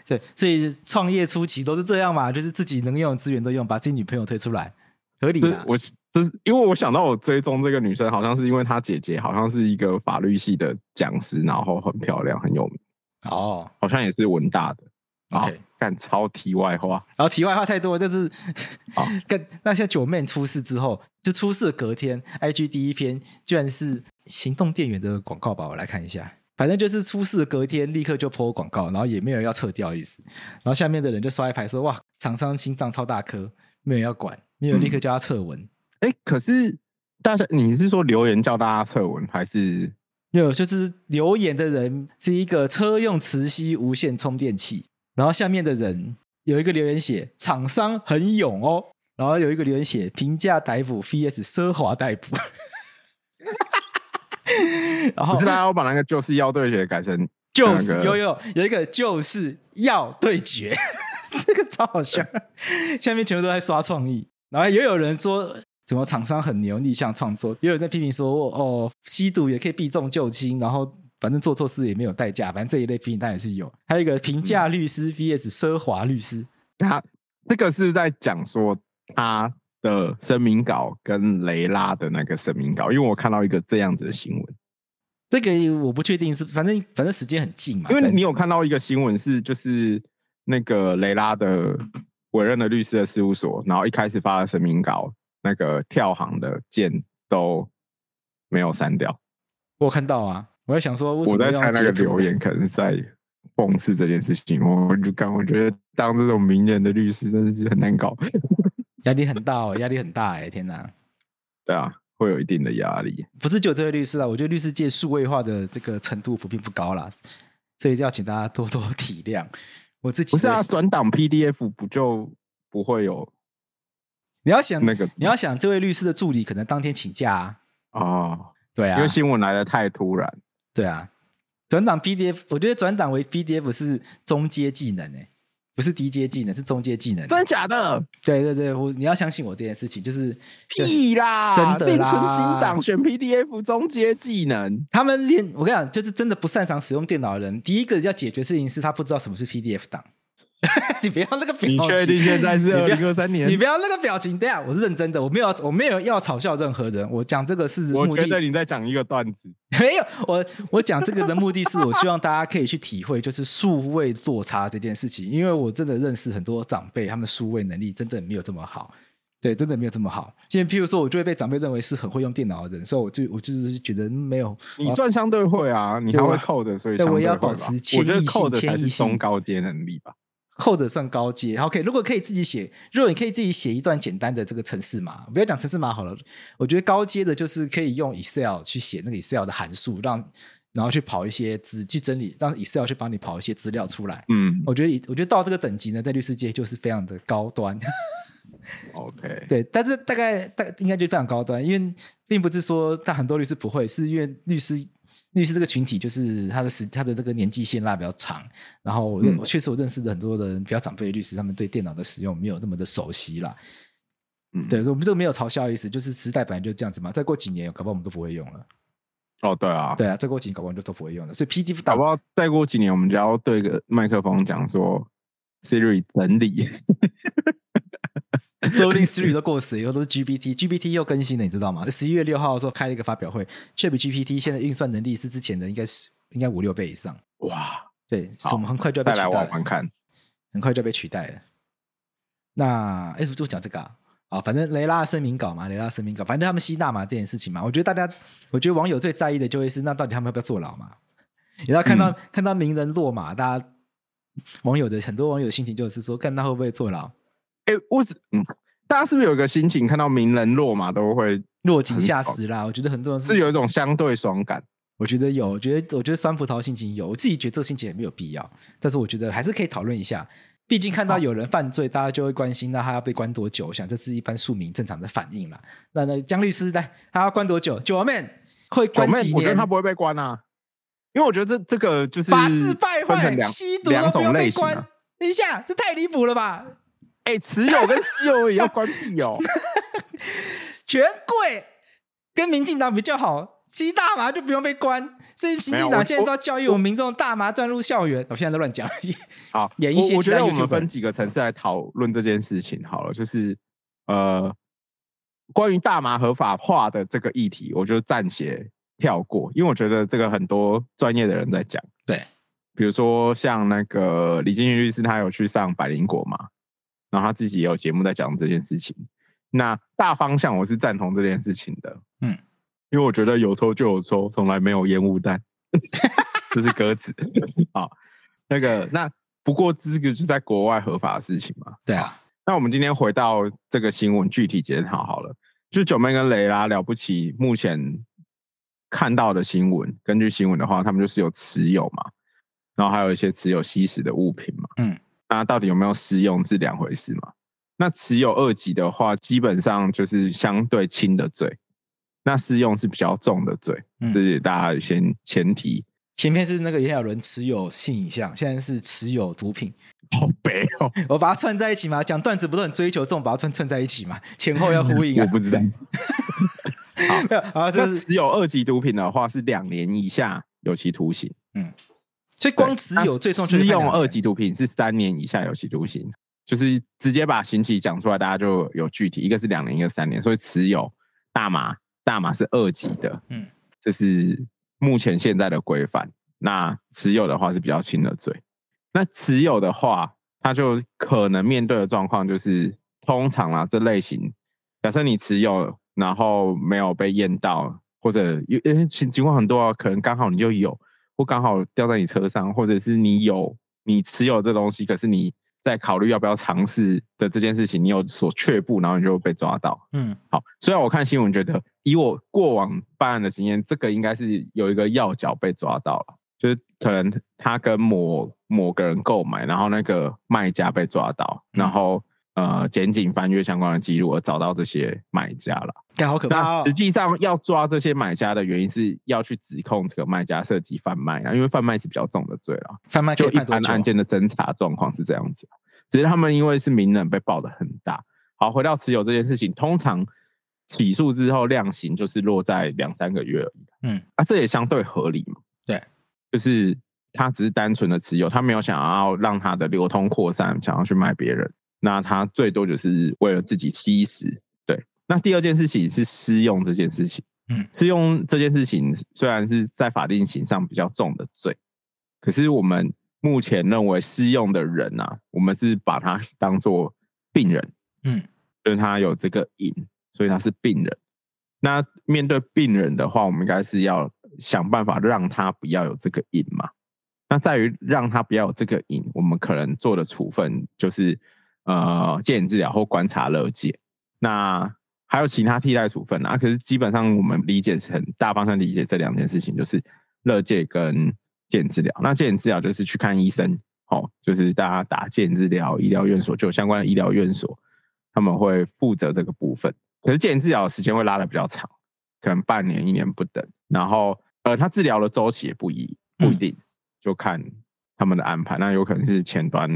S4: 对，所以创业初期都是这样嘛，就是自己能用的资源都用，把自己女朋友推出来，合理
S3: 这
S4: 啊。
S3: 我是这是因为我想到我追踪这个女生，好像是因为她姐姐好像是一个法律系的讲师，然后很漂亮，很有名，
S4: 哦
S3: 好像也是文大的。啊
S4: ，OK。，
S3: 干超题外话，
S4: 然后题外话太多了，但是
S3: 好
S4: 跟那些九妹出事之后，就出事的隔天，IG 第一篇居然是行动电源的广告吧？我来看一下，反正就是出事的隔天立刻就 PO 广告，然后也没有要撤掉的意思，然后下面的人就刷一排说哇，厂商心脏超大颗，没有要管，没有立刻叫他撤文，
S3: 哎、可是大家你是说留言叫大家测文，还是
S4: 没有，就是留言的人是一个车用磁吸无线充电器，然后下面的人有一个留言写厂商很勇哦，然后有一个留言写评价逮捕 VS 奢华逮捕， 然后
S3: 不是大家要把那个就是要对决改成
S4: 就是
S3: 那个
S4: 有有有一个就是要对决， 这个超好笑，下面全部都在刷创意，然后也有人说。怎么厂商很牛逆向创作，也有人在批评说哦，吸毒也可以避重就轻，然后反正做错事也没有代价，反正这一类批评当然是有。还有一个评价律师 VS 奢华律师，
S3: 他这个是在讲说他的声明稿跟雷拉的那个声明稿，因为我看到一个这样子的新闻，
S4: 这个我不确定是，反正反正时间很近嘛，
S3: 因为
S4: 反
S3: 你有看到一个新闻是就是那个雷拉的委任的律师的事务所，然后一开始发了声明稿，那个跳行的键都没有删掉，
S4: 我有看到啊，我在想说为什
S3: 我
S4: 么
S3: 在
S4: 要
S3: 猜那个
S4: 截图
S3: 留言可能是在讽刺这件事情，我就刚我觉得当这种名人的律师真的是很难搞，
S4: 压力很大哦，压力很大哎、天哪！
S3: 对啊，会有一定的压力。
S4: 不是只有这位律师啦，啊我觉得律师界数位化的这个程度普遍不高啦，所以要请大家多多体谅。我自己
S3: 不是啊，
S4: 的
S3: 转档 PDF 不就不会有
S4: 你要想
S3: 那个
S4: 你要想这位律师的助理可能当天请假、啊，
S3: 哦？
S4: 对
S3: 因
S4: 啊
S3: 为，新闻来的太突然，
S4: 对啊，转档 PDF，我觉得转档为 PDF 是中阶技能诶、欸不是低阶技能，是中阶技能。欸
S3: 真的假的？
S4: 对对对，我你要相信我这件事情，就是
S3: 屁啦！
S4: 真的啦
S3: 另存新档选 PDF 中阶技能，
S4: 他们练，我跟你讲，就是真的不擅长使用电脑的人，第一个要解决事情是他不知道什么是 PDF 档。 你不要那个表情，
S3: 你确定现在是
S4: 你不要
S3: 2023年
S4: 你不要那个表情，等一下我是认真的，我没有要我没有要嘲笑任何人，我讲这个是
S3: 我
S4: 目
S3: 觉得
S4: 的，
S3: 你在讲一个段子。
S4: 没有我我讲这个的目的是我希望大家可以去体会，就是数位落差这件事情，因为我真的认识很多长辈，他们的数位能力真的没有这么好。对，真的没有这么好。现在，譬如说，我就会被长辈认为是很会用电脑的人，所以我就我就是觉得没有
S3: 你算相对会啊，你还
S4: 对
S3: 会
S4: 啊
S3: 扣的，所以
S4: 对
S3: 相
S4: 我
S3: 对
S4: 也要
S3: 会吧
S4: 保持谦
S3: 我觉得
S4: 抑
S3: 扣
S4: 性
S3: 的才
S4: 谦抑
S3: 是中
S4: 性
S3: 高阶能力吧。
S4: 扣着算高阶。OK，如果可以自己写，如果你可以自己写一段简单的这个程式码，不要讲程式码好了，我觉得高阶的就是可以用 Excel 去写那个 Excel 的函数，让然后去跑一些资去整理，让 Excel 去帮你跑一些资料出来。
S3: 嗯
S4: 我觉得，我觉得到这个等级呢，在律师界就是非常的高端，
S3: ，OK，
S4: 对，但是大概大应该就非常高端，因为并不是说但很多律师不会，是因为律师律师这个群体就是他的时他的这个年纪线拉比较长，然后我认、
S3: 嗯
S4: 我确实我认识的很多的比较长辈的律师，他们对电脑的使用没有那么的熟悉啦。
S3: 嗯
S4: 对，所以我们这个没有嘲笑的意思，就是时代本来就这样子嘛，再过几年搞不好我们都不会用了。
S3: 哦，对啊，
S4: 对啊，再过几年搞不好我们就都不会用了。所以 PDF 打
S3: 搞不好再过几年，我们就要对个麦克风讲说 Siri 整理。
S4: 说不定 Siri 都过时，以后都是 GPT。GPT 又更新了，你知道吗？十一月六号的时候开了一个发表会，ChatGPT 现在运算能力是之前的应该是应该五六倍以上。
S3: 哇，
S4: 对，
S3: 好
S4: 我们很快就要被
S3: 再
S4: 取
S3: 来
S4: 代
S3: 玩玩
S4: 了，
S3: 看。
S4: 很快就要被取代了。那哎，我就讲这个啊，啊，反正雷拉的声明稿嘛，雷拉的声明稿，反正他们吸纳嘛这件事情嘛，我觉得大家，我觉得网友最在意的就会是那到底他们要不要坐牢嘛？也要看
S3: 嗯
S4: 到、看到名人落马，大家网友的很多网友的心情就是说，看他会不会坐牢，
S3: 哎、我是嗯，大家是不是有一个心情，看到名人落马都会
S4: 落井下石啦。我觉得很多人
S3: 是有一种相对爽感？
S4: 我觉得有，我觉得我觉得酸葡萄心情有，我自己觉得这个心情也没有必要，但是我觉得还是可以讨论一下。毕竟看到有人犯罪，大家就会关心，那他要被关多久？我想这是一般庶民正常的反应啦。那那江律师来，他要关多久？九妹会
S3: 九
S4: 关
S3: 妹
S4: 几，年？
S3: 我觉得他不会被关啊，因为我觉得这这个就是
S4: 法治败
S3: 分
S4: 坏
S3: 成，两
S4: 吸毒
S3: 两
S4: 都不
S3: 种
S4: 用被
S3: 类型、
S4: 关。
S3: 啊。
S4: 等一下，这太离谱了吧！
S3: 哎、持有跟稀有也要关 闭哦。
S4: 权贵跟民进党比较好，吸大麻就不用被关。所以民进
S3: 没有
S4: 党
S3: 我
S4: 现在都要教育我们民众大麻转入校园。我现在都乱讲而已。
S3: 好，
S4: 演一些
S3: 我我
S4: 其
S3: 觉
S4: 他
S3: 得我
S4: YouTuber
S3: 们分几个层次来讨论这件事情好了，就是呃，关于大麻合法化的这个议题，我就暂且跳过，因为我觉得这个很多专业的人在讲。
S4: 对，
S3: 比如说像那个李金玉律师，他有去上百灵果嘛，然后他自己也有节目在讲这件事情。那大方向我是赞同这件事情的，
S4: 嗯，
S3: 因为我觉得有抽就有抽，从来没有烟雾弹，这是歌词。好，那个那不过这个就在国外合法的事情嘛。
S4: 对啊，
S3: 那我们今天回到这个新闻具体检讨好了，就是九妹跟雷拉了不起，目前看到的新闻，根据新闻的话，他们就是有持有嘛，然后还有一些持有吸食的物品嘛，
S4: 嗯，
S3: 那到底有没有使用是两回事嘛？那持有二级的话，基本上就是相对轻的罪，那私用是比较重的罪，
S4: 嗯
S3: 这是大家先前提。
S4: 前面是那个炎亚纶持有性影像，现在是持有毒品，
S3: 好悲哦，
S4: 我把它串在一起嘛。讲段子不都很追求这种把它串串在一起嘛？ 前后要呼应啊。
S3: 我不知道。好，
S4: 没有啊，这
S3: 那
S4: 是
S3: 持有二级毒品的话是两年以下有期徒刑，
S4: 所以光持有最重就
S3: 适
S4: 是判
S3: 用
S4: 两
S3: 二
S4: 年
S3: 级毒品是三年以下有期徒刑，就是直接把刑期讲出来，大家就有具体，一个是两年，一个是三年，所以持有大麻，大麻是二级的，
S4: 嗯
S3: 嗯，这是目前现在的规范。那持有的话是比较轻的罪，那持有的话，他就可能面对的状况就是，通常啦这类型，假设你持有然后没有被验到，或者有因为情情况很多啊，可能刚好你就有，或刚好掉在你车上，或者是你有你持有这东西，可是你在考虑要不要尝试的这件事情，你有所却步，然后你就被抓到。
S4: 嗯
S3: 好，虽然我看新闻觉得，以我过往办案的经验，这个应该是有一个要角被抓到了，就是可能他跟某某个人购买，然后那个卖家被抓到，然后呃，检警翻阅相关的记录而找到这些买家了。
S4: 该好可怕
S3: 那
S4: 哦
S3: 实。际上要抓这些买家的原因是要去指控这个卖家涉及贩卖啊，因为贩卖是比较重的罪了。
S4: 贩卖可
S3: 就
S4: 以
S3: 一
S4: 判多
S3: 般
S4: 久？啊
S3: 案件的侦查状况是这样子，只是他们因为是名人被爆的很大。好，回到持有这件事情，通常起诉之后量刑就是落在两三个月而已。
S4: 嗯，
S3: 啊，这也相对合理嘛。
S4: 对，
S3: 就是他只是单纯的持有，他没有想要让他的流通扩散，想要去卖别人。那他最多就是为了自己吸食。对，那第二件事情是私用这件事情。
S4: 嗯，
S3: 私用这件事情虽然是在法定刑上比较重的罪，可是我们目前认为私用的人啊，我们是把他当做病人。
S4: 嗯，
S3: 就是他有这个瘾，所以他是病人。那面对病人的话，我们应该是要想办法让他不要有这个瘾嘛。那在于让他不要有这个瘾，我们可能做的处分就是呃戒瘾治疗或观察乐戒。那还有其他替代处分啊，可是基本上我们理解成大方向理解这两件事情，就是乐戒跟戒瘾治疗。那戒瘾治疗就是去看医生，哦，就是大家打戒瘾治疗，医疗院所就有相关的医疗院所，他们会负责这个部分。可是戒瘾治疗的时间会拉的比较长，可能半年、一年不等。然后，呃，他治疗的周期也不一不一定，就看他们的安排。那有可能是前端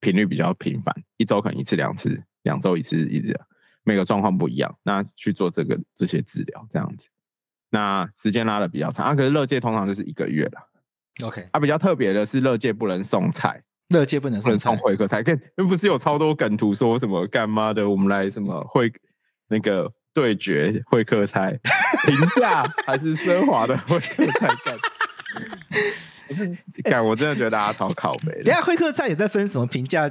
S3: 频率比较频繁，一周可能一次两次，两周一次一次，每个状况不一样。那去做这个这些治疗这样子，那时间拉的比较长。啊，可是乐界通常就是一个月了。
S4: OK，
S3: 啊，比较特别的是乐界不能送菜，
S4: 乐界不能
S3: 不能
S4: 送
S3: 唱
S4: 餐。
S3: 会客菜，跟不是有超多梗图说什么干妈的，我们来什么会那个对决会客菜，平价还是奢华的会客菜干？ 不是干，我真的觉得大家超靠北
S4: 等一
S3: 的。
S4: 下会客菜也在分什么评价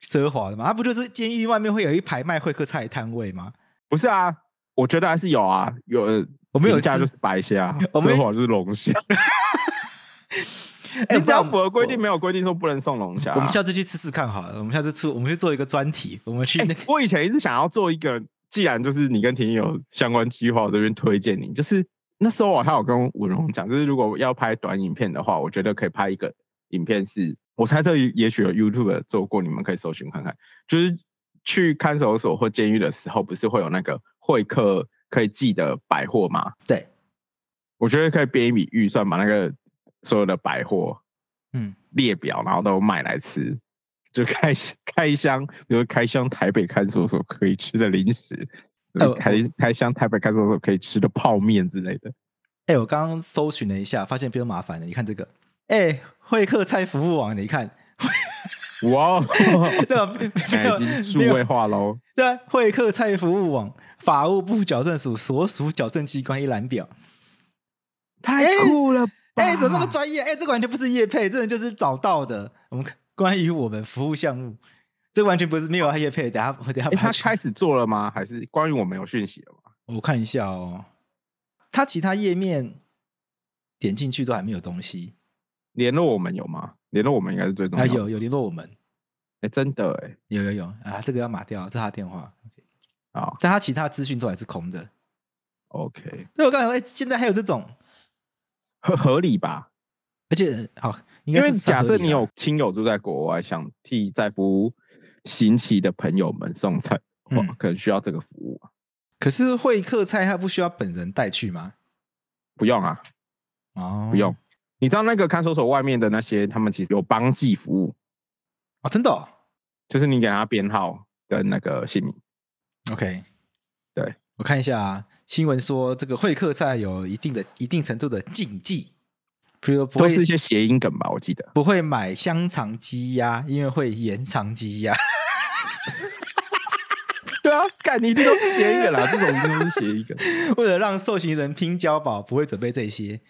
S4: 奢华的嘛？它不就是监狱外面会有一排卖会客菜的摊位 吗？
S3: 不是啊，我觉得还是有啊，有
S4: 我们有
S3: 平价
S4: 吃
S3: 就是白虾，
S4: 我们
S3: 奢华就是龙虾。
S4: 哎，
S3: 你只要
S4: 不然
S3: 符合规定，
S4: 我
S3: 没有规定说不能送龙虾啊。
S4: 我们下次去吃吃看好了。我们下次出，我们去做一个专题，我们去那个
S3: 欸我以前一直想要做一个，既然就是你跟婷有相关计划，我这边推荐你，就是那时候我好像有跟文荣讲，就是如果要拍短影片的话，我觉得可以拍一个影片是，我猜测也许有 YouTube 做过，你们可以搜寻看看，就是去看守所或监狱的时候，不是会有那个会客可以寄的百货吗？
S4: 对，
S3: 我觉得可以编一笔预算，把那个所有的百货
S4: 嗯，
S3: 列表，然后都买来吃，就开箱开箱，比如开箱台北看守所可以吃的零食，
S4: 哎
S3: 呃、
S4: 我
S3: 开开箱台北看守所可以吃的泡面之类的。
S4: 哎、我刚刚搜寻了一下，发现比较麻烦的。你看这个，哎、会客菜服务网，你看，
S3: 哇 哦，
S4: 对吧？ 没
S3: 现哎在已经数
S4: 没有
S3: 位化喽。
S4: 对啊，会客菜服务网，法务部矫正署所属矫正机关一览表。
S3: 太酷了吧！
S4: 哎、怎么那么专业？哎、这个完全不是业配，这个就是找到的。我们关于我们服务项目，这个完全不是没有业配。等一下，我等一下
S3: 诶
S4: 把它
S3: 哎他
S4: 去
S3: 开始做了吗？还是关于我们有讯息了吗？
S4: 我看一下哦。它其他页面点进去都还没有东西
S3: 联络我们有吗？联络我们应该是最重
S4: 啊，
S3: 要的。
S4: 有有联络我们，
S3: 诶，真的哎，
S4: 有有有啊，这个要码掉，这是他电话。
S3: 好
S4: 但他其他资讯都还是空的。
S3: ，OK，
S4: 所以我刚才说，哎、现在还有这种，
S3: 合合理吧？
S4: 而且好，应
S3: 因
S4: 该
S3: 为
S4: 是
S3: 假设
S4: 算合理啦啊
S3: 你有亲友住在国外，想替在服行乞的朋友们送菜，哇，
S4: 嗯
S3: 可能需要这个服务啊。
S4: 可是会客菜他不需要本人带去吗？
S3: 不用啊，
S4: 哦，
S3: 不用。你知道那个看守所外面的那些，他们其实有帮寄服务，
S4: 哦，真的、哦、
S3: 就是你给他编号跟那个姓名。
S4: ？OK，
S3: 对
S4: 我看一下、啊、新闻说，这个会客菜有一定的、一定程度的禁忌，比如说不
S3: 都是一
S4: 会
S3: 些谐音梗吧，我记得。
S4: 不会买香肠鸡鸭，因为会延长鸡鸭。
S3: 对啊，干你一定都是谐音梗啦，这种一定都是谐音梗。
S4: 为了让受刑人拼交保，不会准备这些。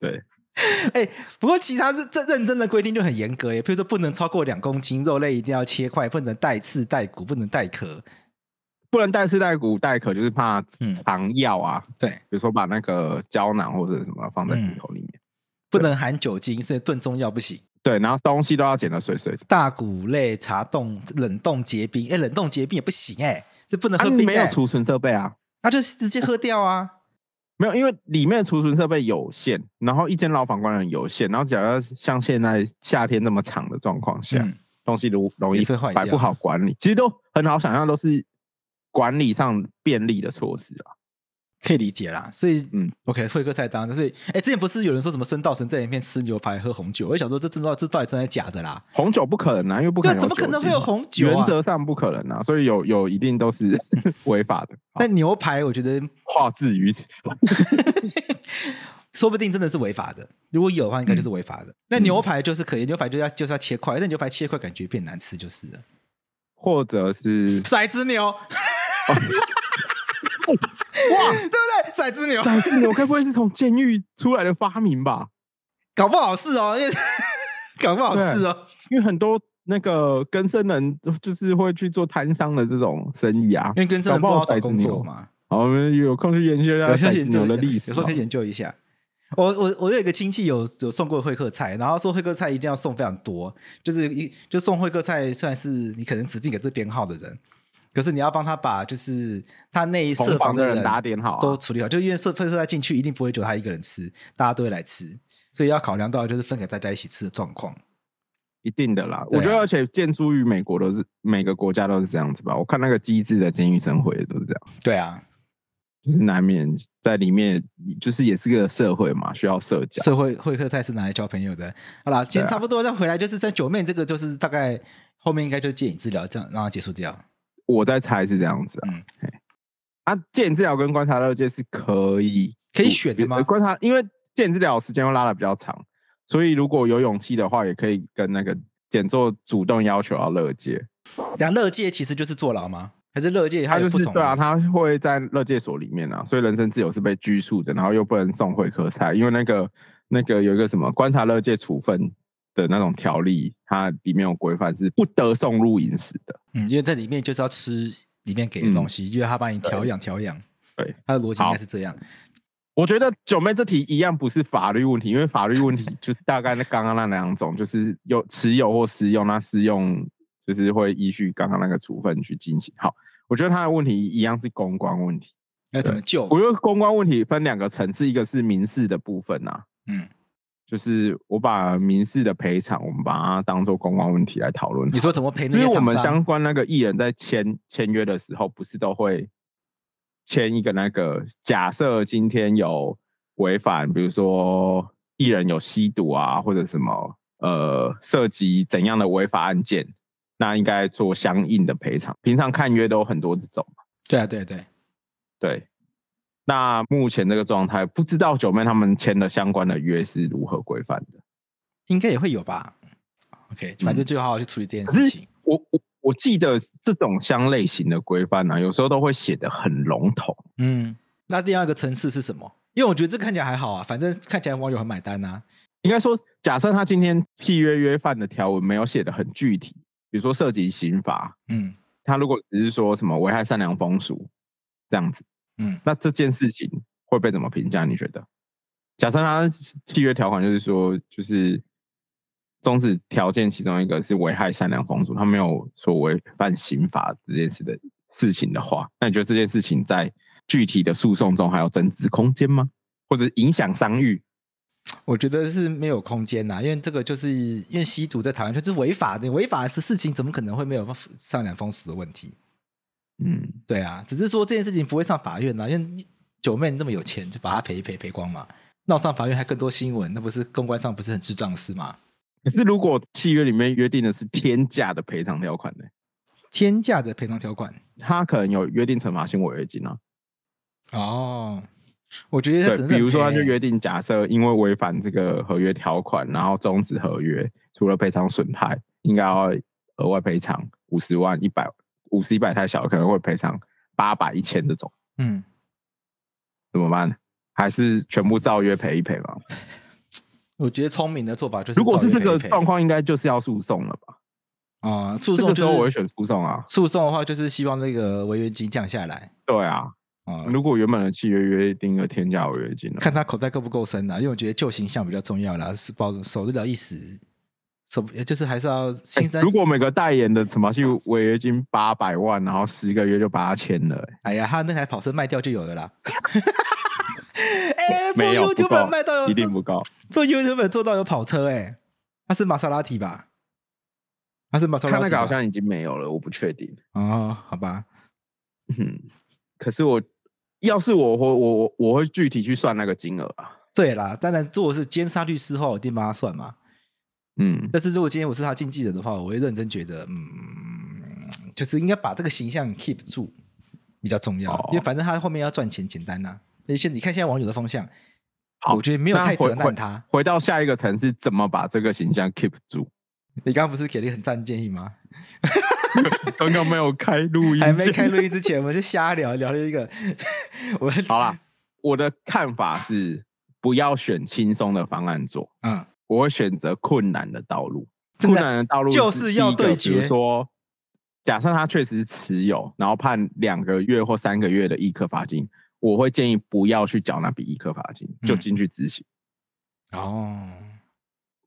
S3: 对，
S4: 哎、不过其他这这认真的规定就很严格耶，比如说不能超过两公斤，肉类一定要切块，不能带刺、带骨，不能带壳。
S3: 不能带刺带骨带壳，就是怕
S4: 嗯
S3: 藏药啊，
S4: 对，
S3: 比如说把那个胶囊或者什么放在
S4: 嗯
S3: 骨头里面。
S4: 不能含酒精，所以炖中药不行。
S3: 对，然后东西都要剪得碎碎的。
S4: 大骨类茶冻、冷冻结冰，哎，冷冻结冰也不行哎，这不能
S3: 啊，
S4: 喝
S3: 你
S4: 冰
S3: 没有
S4: 哎，
S3: 储存设备啊？
S4: 那、就直接喝掉啊。
S3: 没有，因为里面的储存设备有限，然后一间牢房官人有限，然后只要像现在夏天那么长的状况下，
S4: 嗯
S3: 东西容容易
S4: 也是坏掉
S3: 摆不好管理，其实都很好想象，都是管理上便利的措施啊。
S4: 可以理解啦，所以嗯
S3: 嗯
S4: ，OK，会客菜单，所以哎，之前不是有人说什么孙道神在里面吃牛排喝红酒，我就想说这真的这到底真的假的啦？
S3: 红酒不可能啊，因为不可
S4: 对，
S3: 能，
S4: 怎么可能会有？红酒、啊？
S3: 原则上不可能啊，所以有有一定都 是违法的。好
S4: 但牛排我觉得
S3: 话至于此，
S4: 说不定真的是违法的，如果有的话应该就是违法的。那、牛排就是可以，牛排就要就是要切块，但牛排切块感觉变难吃就是了。
S3: 或者 是
S4: 骰子牛，哇，对不对？骰子牛，
S3: 骰子牛，该不会是从监狱出来的发明吧？
S4: 搞不好是哦，因为 搞不好是哦。
S3: 因为很多那个更生人就是会去做摊商的这种生意啊
S4: 因，为跟这人不好找工作
S3: 搞不
S4: 嘛，
S3: 好我们有空去研究一下
S4: 有些
S3: 骰
S4: 研
S3: 子
S4: 究
S3: 牛的历史
S4: 有
S3: 啊
S4: 时。候可以研究一下。我我我有一个亲戚有有送过会客菜，然后说会客菜一定要送非常多，就是一就送会客菜，虽然是你可能指定给这编号的人，可是你要帮他把就是他那一设
S3: 同
S4: 防
S3: 房的
S4: 人
S3: 人打点好啊
S4: 都处理好，就因为设会客菜进去一定不会只有他一个人吃，大家都会来吃，所以要考量到就是分给大家一起吃的状况。
S3: 一定的啦，
S4: 对
S3: 我
S4: 啊
S3: 觉得而且建筑于美国都是每个国家都是这样子吧。我看那个机智的监狱生活也都是这样，
S4: 对啊，
S3: 就是难免在里面，就是也是个社会嘛，需要社交。
S4: 社会会客菜是拿来交朋友的。好啦，今天
S3: 对啊
S4: 差不多，再回来就是在九妹这个，就是大概后面应该就建议治疗，这样让它结束掉。
S3: 我在猜是这样子啊。
S4: 嗯
S3: 嘿啊，戒瘾治疗跟观察乐界是可以
S4: 可以选的吗
S3: 呃观察，因为戒瘾治疗时间会拉的比较长，所以如果有勇气的话，也可以跟那个简做主动要求要乐界。
S4: 讲乐界其实就是坐牢吗？还是乐界
S3: 他
S4: 还有
S3: 就
S4: 不
S3: 是
S4: 同的？
S3: 对啊，他会在乐界所里面啊，所以人身自由是被拘束的，然后又不能送会客菜，因为那个那个有一个什么观察乐界处分的那种条例，它里面有规范是不得送入饮食的。
S4: 嗯，因为在里面就是要吃里面给的东西，因为他帮你调养调养。
S3: 嗯对，
S4: 他的逻辑应该是这样。
S3: 我觉得九妹这题一样不是法律问题，因为法律 问题就大概那刚刚那两种，就是有持有或私用，那私用就是会依据刚刚那个处分去进行。好，我觉得他的问题一样是公关问题。
S4: 要怎么救？
S3: 我觉得公关问题分两个层次，一个是民事的部分啊，
S4: 嗯，
S3: 就是我把民事的赔偿，我们把它当做公关问题来讨论。
S4: 你说怎么赔那
S3: 因
S4: 些
S3: 为我
S4: 厂
S3: 们相
S4: 商？
S3: 关那个艺人在签签约的时候，不是都会签一个那个假设今天有违反，比如说艺人有吸毒啊，或者什么呃涉及怎样的违法案件，那应该做相应的赔偿。平常看约都有很多这种嘛，
S4: 对啊，对啊对啊，
S3: 对。那目前这个状态，不知道九妹他们签的相关的约是如何规范的。
S4: 应该也会有吧。OK，反正就好好去处理这件
S3: 嗯可
S4: 事
S3: 是
S4: 情。
S3: 我我我记得这种相类型的规范啊呢，有时候都会写的很笼统。
S4: 嗯，那另外一个层次是什么？因为我觉得这看起来还好啊，反正看起来网友很买单啊。
S3: 应该说，假设他今天契约约犯的条文没有写的很具体，比如说涉及刑罚，
S4: 嗯
S3: 他如果只是说什么危害善良风俗这样子，
S4: 嗯，
S3: 那这件事情会被怎么评价？你觉得？假设他契约条款就是说，就是终止条件其中一个是危害善良风俗，他没有说违反刑法这件事的事情的话，那你觉得这件事情在具体的诉讼中还有增值空间吗？或者影响商誉？
S4: 我觉得是没有空间啊呐、因为这个就是因为吸毒在台湾就是违法的，违法的事情怎么可能会没有上梁风俗的问题？
S3: 嗯，
S4: 对啊，只是说这件事情不会上法院呐、啊因为九妹那么有钱，就把她赔一赔赔光嘛。闹上法院还更多新闻，那不是公关上不是很智障的事吗？
S3: 可是如果契约里面约定的是天价的赔偿条款呢、
S4: 天价的赔偿条款
S3: 他可能有约定惩罚性违约金啊。
S4: 哦，我觉得他只
S3: 对，
S4: 能
S3: 比如说他
S4: 认
S3: 就
S4: 赔
S3: 约定，假设因为违反这个合约条款，然后终止合约，除了赔偿损害，应该要额外赔偿五十万、一百五十、一百太小，可能会赔偿八百、一千这种，
S4: 嗯，
S3: 怎么办？还是全部照约赔一赔吧？
S4: 我觉得聪明的做法就是
S3: 如果是这个
S4: 找一赔一赔
S3: 状况，应该就是要诉讼了吧？
S4: 啊，诉
S3: 这
S4: 讼
S3: 个时
S4: 就
S3: 候
S4: 是
S3: 我会选诉讼啊。
S4: 诉讼的话，就是希望那个违约金降下来
S3: 对啊，
S4: 啊，
S3: 如果原本的契约约定了天价违约金呢？
S4: 看他口袋够不够深啦、啊因为我觉得旧形象比较重要啦，是保守得了一时，守就是还是要
S3: 欸
S4: 新生。
S3: 如果每个代言的什么去违约金八百万，然后十个月就把它签了、欸
S4: 哎呀，他那台跑车卖掉就有了啦。 哎、做
S3: 没有不
S4: YouTube
S3: 够
S4: 卖到
S3: 一定不高。
S4: 做 YouTube 做到有跑车哎、他是玛莎拉蒂吧？他是玛莎拉
S3: 看
S4: 蒂吧？
S3: 那个好像已经没有了，我不确定。
S4: 哦，好吧，
S3: 嗯，可是我要是我我我我我会具体去算那个金额啊。
S4: 对啦，当然做的是奸杀律师的话，我一定帮他算嘛。
S3: 嗯，
S4: 但是如果今天我是他经纪人的话，我会认真觉得，嗯，就是应该把这个形象 keep 住比较重要，
S3: 哦
S4: 因为反正他后面要赚钱，简单呐、啊那现你看现在网友的风向，
S3: 好
S4: 我觉得没有
S3: 那
S4: 太
S3: 回
S4: 责难他。
S3: 回到下一个层次，怎么把这个形象 keep 住？
S4: 你刚刚不是给了一个很赞的建议吗？
S3: 刚刚没有开录音，
S4: 还没开。录音之前，我们就瞎聊聊了一个， 我
S3: 好啦，我的看法是，不要选轻松的方案做。
S4: 嗯，
S3: 我会选择困难的道路。
S4: 真
S3: 困
S4: 的
S3: 难的道路
S4: 就是要
S3: 第一个
S4: 对
S3: 比如
S4: 决
S3: 说，假设他确实是持有，然后判两个月或三个月的一颗罚金，我会建议不要去缴那笔一颗罚金，
S4: 嗯
S3: 就进去执行，
S4: 哦，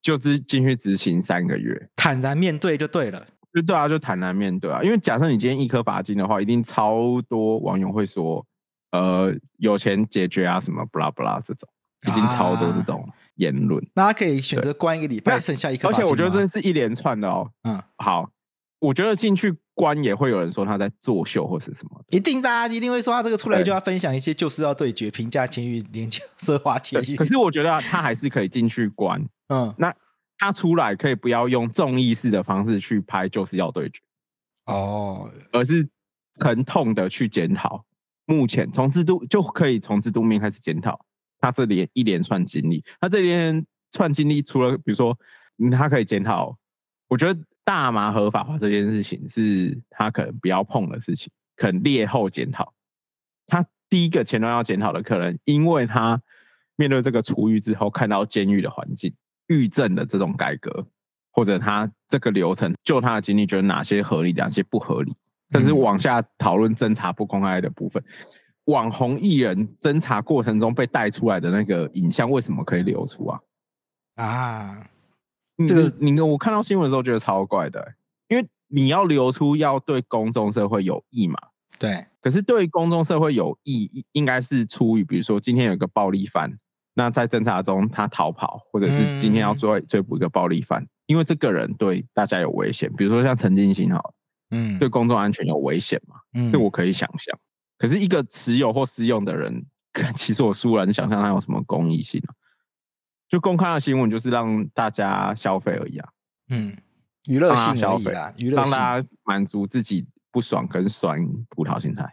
S3: 就是进去执行三个月。
S4: 坦然面对就对了，
S3: 就对啊，就坦然面对啊。因为假设你今天一颗罚金的话，一定超多网友会说，呃，有钱解决啊，什么不啦不啦这种，一定超多这
S4: 啊
S3: 种言论。
S4: 那他可以选择关一个礼拜，
S3: 那
S4: 剩下一颗
S3: 而
S4: 罚金
S3: 且
S4: 吗。
S3: 我觉得这是一连串的哦。
S4: 嗯，
S3: 好，我觉得进去关也会有人说他在作秀或是什么的。
S4: 一定大家一定会说他这个出来
S3: 对
S4: 就要分享一些就是要对决、评价监狱、廉价奢华监
S3: 对
S4: 狱。
S3: 可是我觉得他还是可以进去关，
S4: 嗯，
S3: 他出来可以不要用重意识的方式去拍，就是要对决，
S4: 哦，
S3: 而是疼痛的去检讨。目前从制度就可以从制度面开始检讨他这连一连串经历，他这连串经历除了比如说，嗯他可以检讨，我觉得大麻合法化这件事情是他可能不要碰的事情，可能列后检讨。他第一个前端要检讨的，可能因为他面对这个出狱之后，看到监狱的环境、狱政的这种改革，或者他这个流程，就他的经历，觉得哪些合理，哪些不合理，但是往下讨论侦查不公开的部分，网红艺人侦查过程中被带出来的那个影像，为什么可以流出啊？
S4: 啊，
S3: 你
S4: 这个
S3: 嗯你你我看到新闻的时候觉得超怪的欸、因为你要流出要对公众社会有益嘛。
S4: 对，
S3: 可是对公众社会有益，应应该是出于比如说今天有个暴力犯，那在侦查中他逃跑，或者是今天要
S4: 嗯
S3: 追追捕一个暴力犯，因为这个人对大家有危险，比如说像陈进兴好了，
S4: 嗯，
S3: 对，公众安全有危险嘛，
S4: 嗯
S3: 这我可以想象。可是一个持有或私用的人，看其实我突然想象他有什么公益性啊？就公开的新闻就是让大家消费而已啊，
S4: 嗯，
S2: 娱乐
S3: 让
S2: 性
S3: 大家
S4: 性
S3: 消
S4: 而已
S3: 费
S4: 啦娱乐
S3: 让
S4: 性
S3: 大家满足自己不爽跟酸葡萄心态，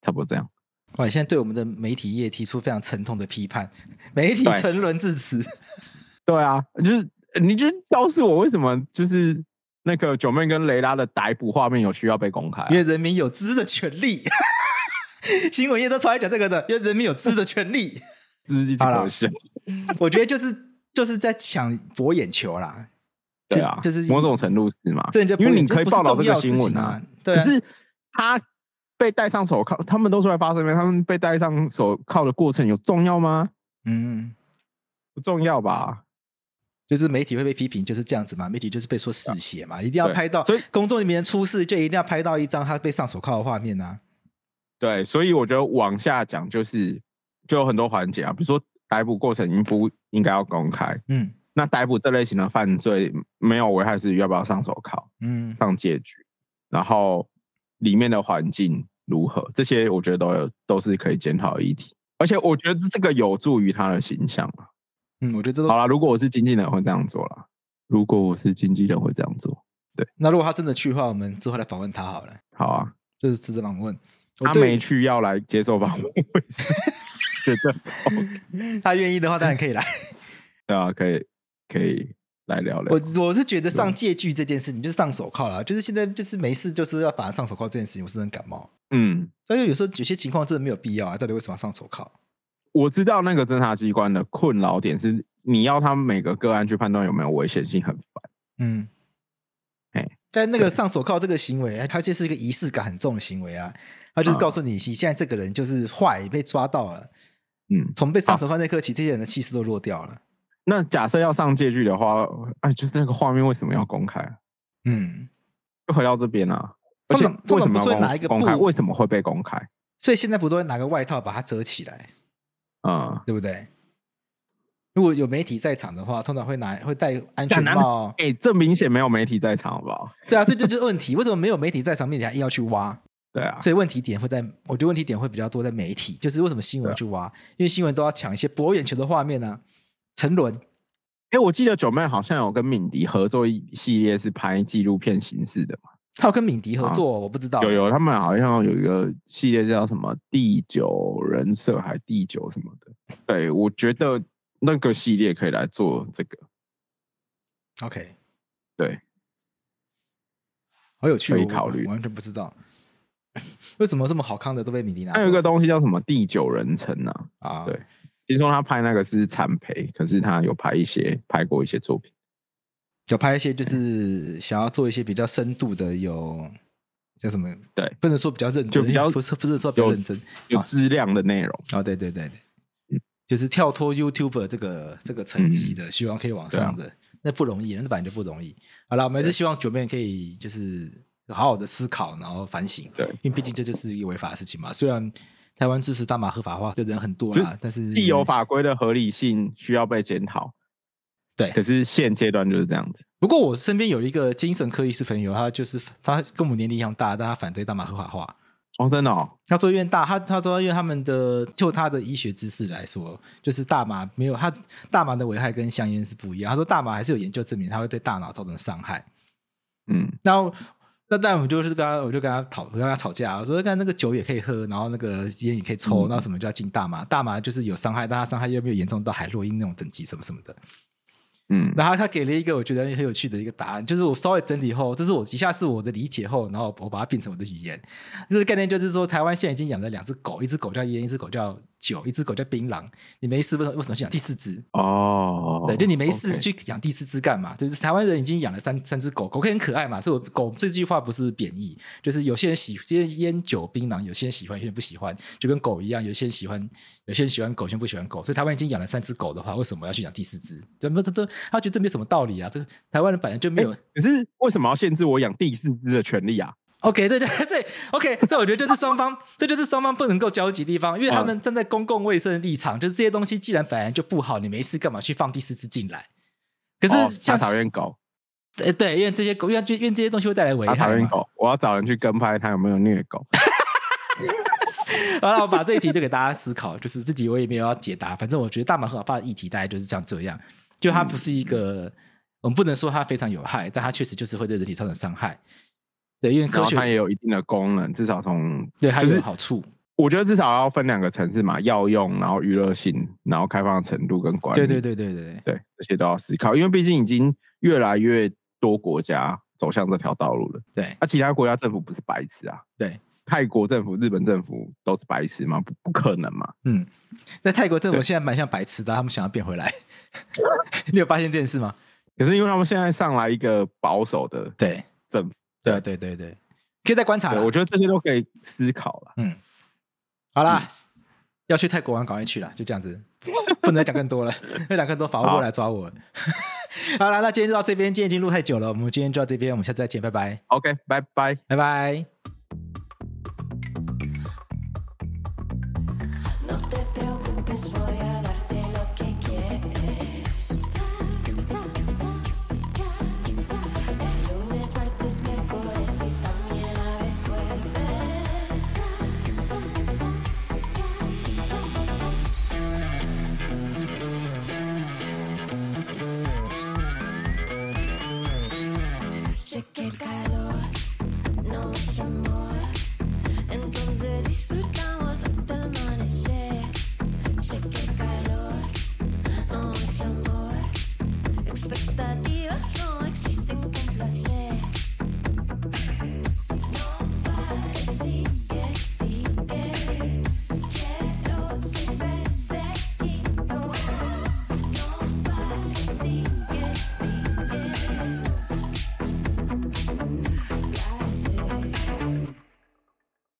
S3: 差不多这样。
S4: 哇，你现在对我们的媒体业提出非常沉痛的批判，媒体
S3: 对
S4: 沉沦至此。
S3: 对啊，就是你就告诉我为什么就是那个九妹跟雷拉的逮捕画面有需要被公开啊、
S4: 因为人民有知的权利。 新闻业都超爱讲这个的，因为人民有知的权利。
S3: 这是一
S4: 好啦
S3: 种现
S4: 我觉得就是就是在抢博眼球啦，
S3: 对啊，
S4: 就是
S3: 某种程度是嘛，
S4: 这你就
S3: 因为
S4: 不
S3: 你可以
S4: 不是
S3: 报道这
S4: 重要
S3: 个
S4: 的
S3: 新
S4: 事
S3: 闻
S4: 情啊，对
S3: 可
S4: 啊，
S3: 是他被戴上手铐，他们都出来发声明，他们被戴上手铐的过程有重要吗？
S4: 嗯，
S3: 不重要吧？
S4: 就是媒体会被批评就是这样子嘛，媒体就是被说嗜血嘛，一定要
S3: 啊对
S4: 拍到，
S3: 所以
S4: 公众里面出事就一定要拍到一张他被上手铐的画面啊，
S3: 对，所以我觉得往下讲就是就有很多环节啊，比如说逮捕过程应不应该要公开？
S4: 嗯
S3: 那逮捕这类型的犯罪没有危害是要不要上手铐？
S4: 嗯
S3: 上结局，然后里面的环境如何，这些我觉得都有都是可以检讨的议题。而且我觉得这个有助于他的形象啊。
S4: 嗯，我觉得这
S3: 好
S4: 都。
S3: 啦，如果我是经纪人会这样做啦，如果我是经纪人会这样做，
S4: 那如果他真的去的话，我们之后来访问他好了，
S3: 好啊。
S4: 这是值得访问。我
S3: 他
S4: 哦对
S3: 没去要来接受访问，我也是 觉得
S4: 他愿意的话，当然可以来。
S3: 对啊，可以可以来聊聊。
S4: 我我是觉得
S3: 嗯
S4: 上借据这件事情就是上手铐啦，就是现在就是没事就是要把它上手铐这件事情，我是很感冒。
S3: 嗯，
S4: 但是有时候有些情况真的没有必要啊，到底为什么要上手铐？
S3: 我知道那个侦查机关的困扰点是，你要他们每个个案去判断有没有危险性，很烦。
S4: 嗯，
S3: 哎，
S4: 但那个上手铐这个行为，哎它就是一个仪式感很重的行为啊，它就是告诉你，你现在这个人就是坏，被抓到了。
S3: 嗯，
S4: 从被上手铐那刻起，这些人的气势都落掉了。
S3: 那假设要上借据的话，哎，就是那个画面为什么要公开？
S4: 嗯，
S3: 就回到这边啊，而
S4: 他
S3: 且
S4: 们他
S3: 为什
S4: 们不
S3: 么
S4: 是
S3: 要
S4: 会
S3: 公
S4: 拿一个
S3: 公开？
S4: 布
S3: 为什么会被公开？
S4: 所以现在不都会拿个外套把它遮起来，
S3: 嗯，
S4: 对不对？如果有媒体在场的话，通常会拿会戴安全
S3: 敢拿
S4: 帽。
S3: 哎、这明显没有媒体在场，好不好？
S4: 对啊，这这就是问题。为什么没有媒体在场，媒体还硬要去挖？
S3: 对啊，
S4: 所以问题点会在，我觉得问题点会比较多在媒体，就是为什么新
S3: 啊
S4: 闻要去挖？因为新闻都要抢一些博眼球的画面啊，沉沦。
S3: 哎、我记得九妹好像有跟敏迪合作一系列是拍纪录片形式的嘛，
S4: 他有跟敏迪合作哦，我不知道。
S3: 有有，他们好像有一个系列叫什么“第九人设”还“第九”什么的。对，我觉得那个系列可以来做这个，
S4: OK，
S3: 对，
S4: 好有趣哦，
S3: 可以
S4: 我
S3: 考虑
S4: 我完全不知道 为什么这么好康的都被敏迪拿走。
S3: 还有一个东西叫什么“第九人称”啊，
S4: 啊，
S3: 对听说他拍那个是惨赔，可是他有拍一些拍过一些作品。
S4: 有拍一些就是想要做一些比较深度的，有叫什么？
S3: 对，
S4: 不能说比较认真，
S3: 就比较
S4: 不是不是说比较
S3: 有
S4: 认真，
S3: 有
S4: 啊
S3: 质量的内容。
S4: 哦，对对对对，嗯就是跳脱 YouTuber 这个这个层
S3: 嗯
S4: 级的，希望可以往
S3: 啊
S4: 上的，那不容易，那本来就不容易。好了，我们还是希望九妹可以就是好好的思考，然后反省，
S3: 对，
S4: 因为毕竟这就是一个违法的事情嘛。虽然台湾支持大麻合法化的人很多啦
S3: 就，
S4: 但是
S3: 既有法规的合理性需要被检讨，
S4: 对
S3: 可。是现阶段就是这样子。
S4: 不过我身边有一个精神科医师朋友，他就是他跟我们年龄一样大，但他反对大麻合法化。
S3: 哦，真的哦，
S4: 他说院大，他他说因为他们的就他的医学知识来说，就是大麻没有他大麻的危害跟香烟是不一样。他说大麻还是有研究证明它会对大脑造成伤害。
S3: 嗯，
S4: 然后那但我们就是跟他，我就跟他讨，我跟他吵架，我说看那个酒也可以喝，然后那个烟也可以抽，
S3: 嗯
S4: 那为什么就要禁大麻？大麻就是有伤害，但它伤害又没有严重到海洛因那种等级什么什么的。
S3: 嗯，
S4: 然后他给了一个我觉得很有趣的一个答案，就是我稍微整理后，这是我以下是我的理解后，然后我把它变成我的语言。这个概念就是说，台湾现在已经养了两只狗，一只狗叫烟，一只狗叫酒，一只狗叫槟榔，你没事为什么为什么去养第四只？
S3: 哦，
S4: 对，就你没事
S3: OK
S4: 去养第四只干嘛？就是台湾人已经养了三三只狗，狗可以很可爱嘛。所以我狗这句话不是贬义，就是有些人喜，这些烟酒槟榔，有些人喜欢，有些人不喜欢，就跟狗一样，有些人喜欢，有些人喜欢狗，有些人不喜欢狗。所以台湾已经养了三只狗的话，为什么要去养第四只？这这这，他觉得这没什么道理啊。这个台湾人本来就没有。
S3: 可是为什么要限制我养第四只的权利啊？
S4: OK，对对对，OK，这我觉得就是双方，这就是双方不能够交集的地方，因为
S3: 哦
S4: 他们站在公共卫生的立场，就是这些东西既然本来就不好，你没事干嘛去放第四只进来？可
S3: 哦
S4: 是像
S3: 他讨厌狗，
S4: 对对，因为这些狗，因为因为这些东西会带来危
S3: 他讨
S4: 害
S3: 厌
S4: 嘛。
S3: 狗，我要找人去跟拍他有没有虐狗。
S4: 好了，我把这一题就给大家思考，就是这题我也没有要解答，反正我觉得大马和法的议题大概就是像这样，就它不是一
S3: 嗯
S4: 个，我们不能说它非常有害，但它确实就是会对人体造成伤害。对，因为
S3: 然
S4: 科
S3: 后
S4: 学
S3: 它也有一定的功能，至少从
S4: 对它
S3: 就是
S4: 有好处。
S3: 我觉得至少要分两个层次嘛，药用，然后娱乐性，然后开放程度跟管理，
S4: 对对对对对对。
S3: 对，这些都要思考，因为毕竟已经越来越多国家走向这条道路了。啊
S4: 对
S3: 那、其他国家政府不是白痴啊？
S4: 对，
S3: 泰国政府、日本政府都是白痴吗？不，不可能嘛！
S4: 嗯，那泰国政府
S3: 对
S4: 现在蛮像白痴的，他们想要变回来。 你有发现这件事吗？
S3: 可是因为他们现在上来一个保守的
S4: 对，
S3: 政府，
S4: 对对对对，可以再观察
S3: 对
S4: 了。
S3: 我觉得这些都可以思考了。
S4: 嗯，好啦，要去泰国玩，赶快去啦，就这样子， 不能再讲更多了，再讲更多法务部
S3: 好
S4: 来抓我了。好啦，那今天就到这边，今天已经录太久了，我们今天就到这边，我们下次再见，拜拜，
S3: OK，拜拜。
S4: 拜拜。